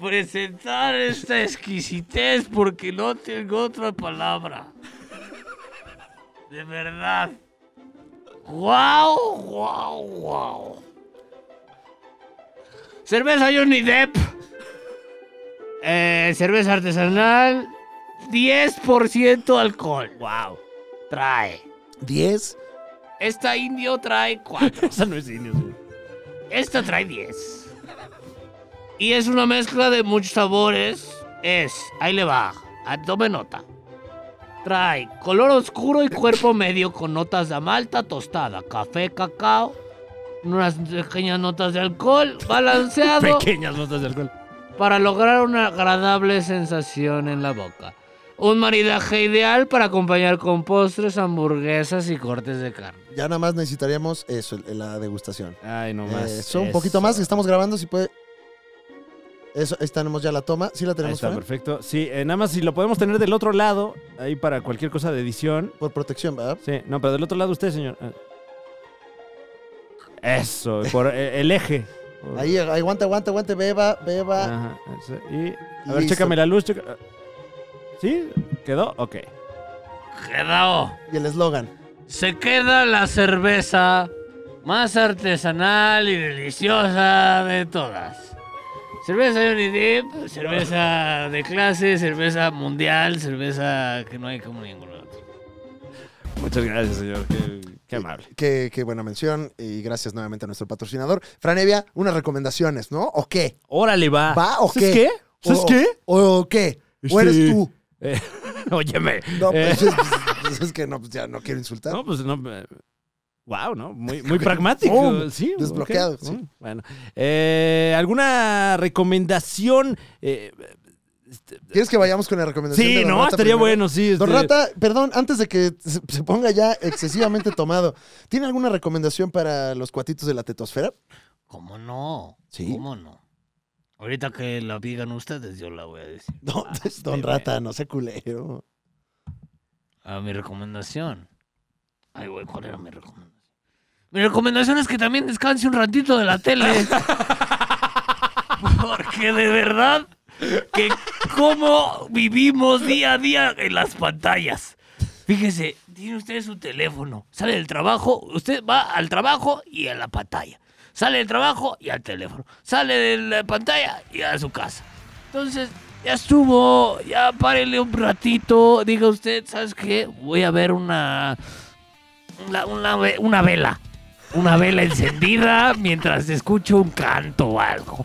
presentar esta exquisitez porque no tengo otra palabra. De verdad. ¡Wow! ¡Wow! ¡Wow! Cerveza Johnny Depp. Eh, cerveza artesanal. 10% alcohol. ¡Wow! Trae.
10.
Esta indio trae 4.
Esa no es indio, señor.
Esta trae 10. Y es una mezcla de muchos sabores. Es, ahí le va, a- tome nota. Trae color oscuro y cuerpo medio con notas de malta tostada, café, cacao, unas pequeñas notas de alcohol, balanceado
Pequeñas notas de alcohol.
para lograr una agradable sensación en la boca. Un maridaje ideal para acompañar con postres, hamburguesas y cortes de carne.
Ya nada más necesitaríamos eso, el- la degustación.
Ay, no más.
Eso, un poquito más, que estamos grabando, si puede. Eso, ahí tenemos ya la toma. Sí la
Ahí
tenemos
está,
Fran?
perfecto. Sí, eh, nada más si lo podemos tener del otro lado, ahí para cualquier cosa de edición.
por protección, ¿verdad?
Sí, no, pero del otro lado usted, señor. Ah. Eso, por eh, el eje. Por- Ah.
Ahí, aguanta, aguanta, aguanta, beba, beba.
Ajá, eso. Y, a ver,
Listo.
chécame la luz. checa- ah. ¿Sí? ¿Quedó? Ok.
Quedao.
Y el eslogan.
se queda la cerveza más artesanal y deliciosa de todas. Cerveza Johnny Depp, cerveza de clase, cerveza mundial, cerveza que no hay como ninguna otra.
Muchas gracias, señor. Qué, qué amable.
Qué, qué buena mención. Y gracias nuevamente a nuestro patrocinador. Franevia, unas recomendaciones, ¿no? ¿O qué?
Órale, va.
¿Va o
¿Sabes
qué?
qué? ¿Sabes
¿O-
qué?
¿O qué? ¿O eres
Este-
tú?
Eh, óyeme.
No,
Eh,
pues, es, pues, es que no, pues, ya no quiero insultar.
No, pues no. Wow, ¿no? Muy, muy pragmático.
¡Pum!
sí,
Desbloqueado,
ok.
sí.
Mm, Bueno. Eh, ¿Alguna recomendación? Eh,
¿Quieres que vayamos con la recomendación? de
sí,
Don
no,
Rata
estaría
primero?
bueno, sí.
Don
este,
Rata, perdón, antes de que se se ponga ya excesivamente tomado, ¿tiene alguna recomendación para los cuatitos de la tetosfera?
¿Cómo no?
Sí.
¿Cómo no? Ahorita que la digan ustedes, yo la voy a decir.
No, pues, Don
este,
Rata, no sea culero.
A mi recomendación. Ay, güey, ¿cuál era mi recomendación? Mi recomendación es que también descanse un ratito de la tele. Porque de verdad que cómo vivimos día a día en las pantallas. Fíjese, tiene usted su teléfono. Sale del trabajo, usted va al trabajo y a la pantalla. Sale del trabajo y al teléfono. Sale de la pantalla y a su casa. Entonces, ya estuvo, ya párele un ratito. Diga usted, ¿sabes qué? Voy a ver una. Una, una ve- una vela. Una vela encendida mientras escucho un canto o algo.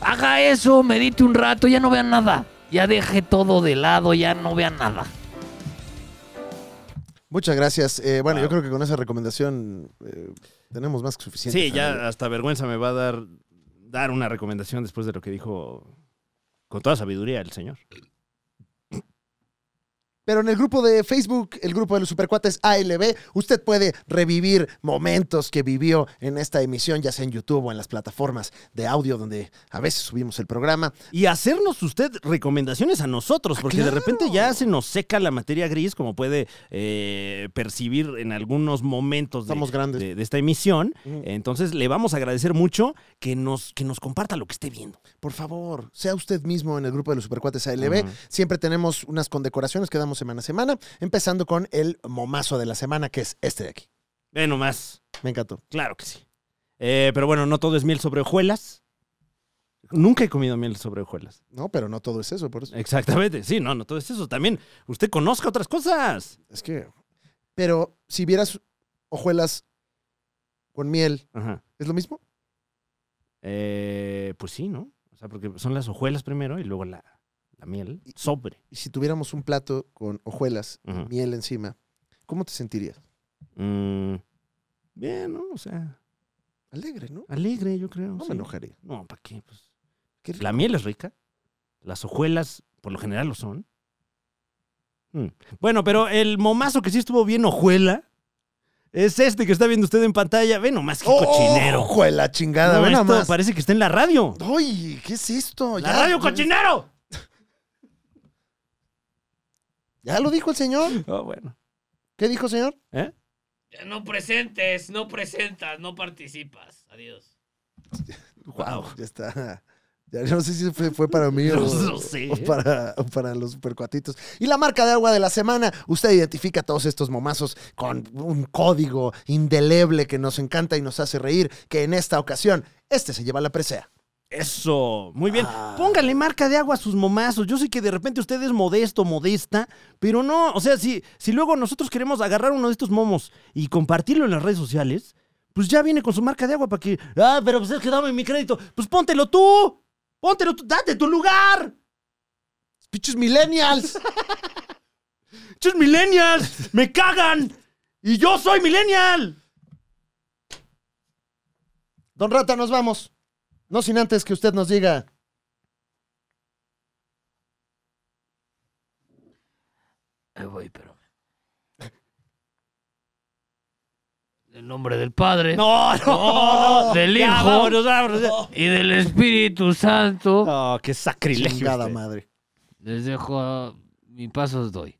Haga eso, medite un rato, ya no vea nada. Ya deje todo de lado, ya no vea nada.
Muchas gracias. Eh, bueno, yo creo que con esa recomendación eh, tenemos más que suficiente.
Sí,
Javier.
ya hasta vergüenza me va a dar, dar una recomendación después de lo que dijo con toda sabiduría el señor.
Pero en el grupo de Facebook, el grupo de los supercuates ALB, usted puede revivir momentos que vivió en esta emisión, ya sea en YouTube o en las plataformas de audio donde a veces subimos el programa.
Y hacernos usted recomendaciones a
Ah,
nosotros, porque de repente ya se nos seca la materia gris, como puede eh, percibir en algunos momentos de,
Estamos grandes.
de- de esta emisión. Entonces le vamos a agradecer mucho que nos, que nos comparta lo que esté viendo.
Por favor, sea usted mismo en el grupo de los Supercuates ALB.
Ajá.
Siempre tenemos unas condecoraciones que damos semana a semana, empezando con el momazo de la semana, que es este de aquí.
Ve nomás,
Me encantó.
claro que sí. Eh, pero bueno, no todo es miel sobre hojuelas. Nunca he comido miel sobre hojuelas.
No, pero no todo es eso, por eso.
Exactamente, sí, no, no todo es eso. También usted conozca otras cosas.
Es que. Pero si vieras hojuelas con miel,
Ajá.
¿es lo mismo?
Eh, pues sí, ¿no? O sea, porque son las hojuelas primero y luego la, la miel sobre.
Y si tuviéramos un plato con hojuelas, y
Ujú.
miel encima, ¿cómo te sentirías?
Mm, bien, ¿no? O sea,
Alegre, ¿no?
alegre, yo creo.
No
sí.
me enojaría.
No, ¿para qué? Pues,
Qué rico.
la miel es rica. Las hojuelas, por lo general, lo son. Mm. Bueno, pero el momazo que sí estuvo bien hojuela es este que está viendo usted en pantalla. Ve nomás qué
¡Oh,
cochinero.
hojuela chingada!
No,
Ve nada
esto
más.
parece que está en la radio.
¡Ay! ¿Qué es esto?
¡La
Ya-
radio cochinero!
Ya lo dijo el señor.
Oh, bueno.
¿Qué dijo, señor?
¿Eh?
No presentes, no presentas, no participas. Adiós.
Wow.
Ya está. Ya no sé si fue, fue para mí o,
No lo sé.
o para, o para los supercuatitos. Y la marca de agua de la semana. Usted identifica todos estos momazos con un código indeleble que nos encanta y nos hace reír, que en esta ocasión este se lleva la presea.
Eso, muy bien. Póngale marca de agua a sus momazos. Yo sé que de repente usted es modesto, modesta, pero no, o sea, si, si luego nosotros queremos agarrar uno de estos momos y compartirlo en las redes sociales, pues ya viene con su marca de agua para que, ah, pero pues es que dame mi crédito. Pues póntelo tú, póntelo tú, date tu lugar.
¡Pichos millennials!
¡Chus millennials! ¡Me cagan! ¡Y yo soy millennial!
Don Rata, nos vamos. No sin antes que usted nos diga.
Ahí voy, pero. En nombre del Padre.
No, no, no.
Del
Ya,
hijo.
vámonos, vámonos, ya.
Y del Espíritu Santo.
Oh, qué sacrilegio.
Chingada
este.
madre.
Les dejo. Mi paso os doy.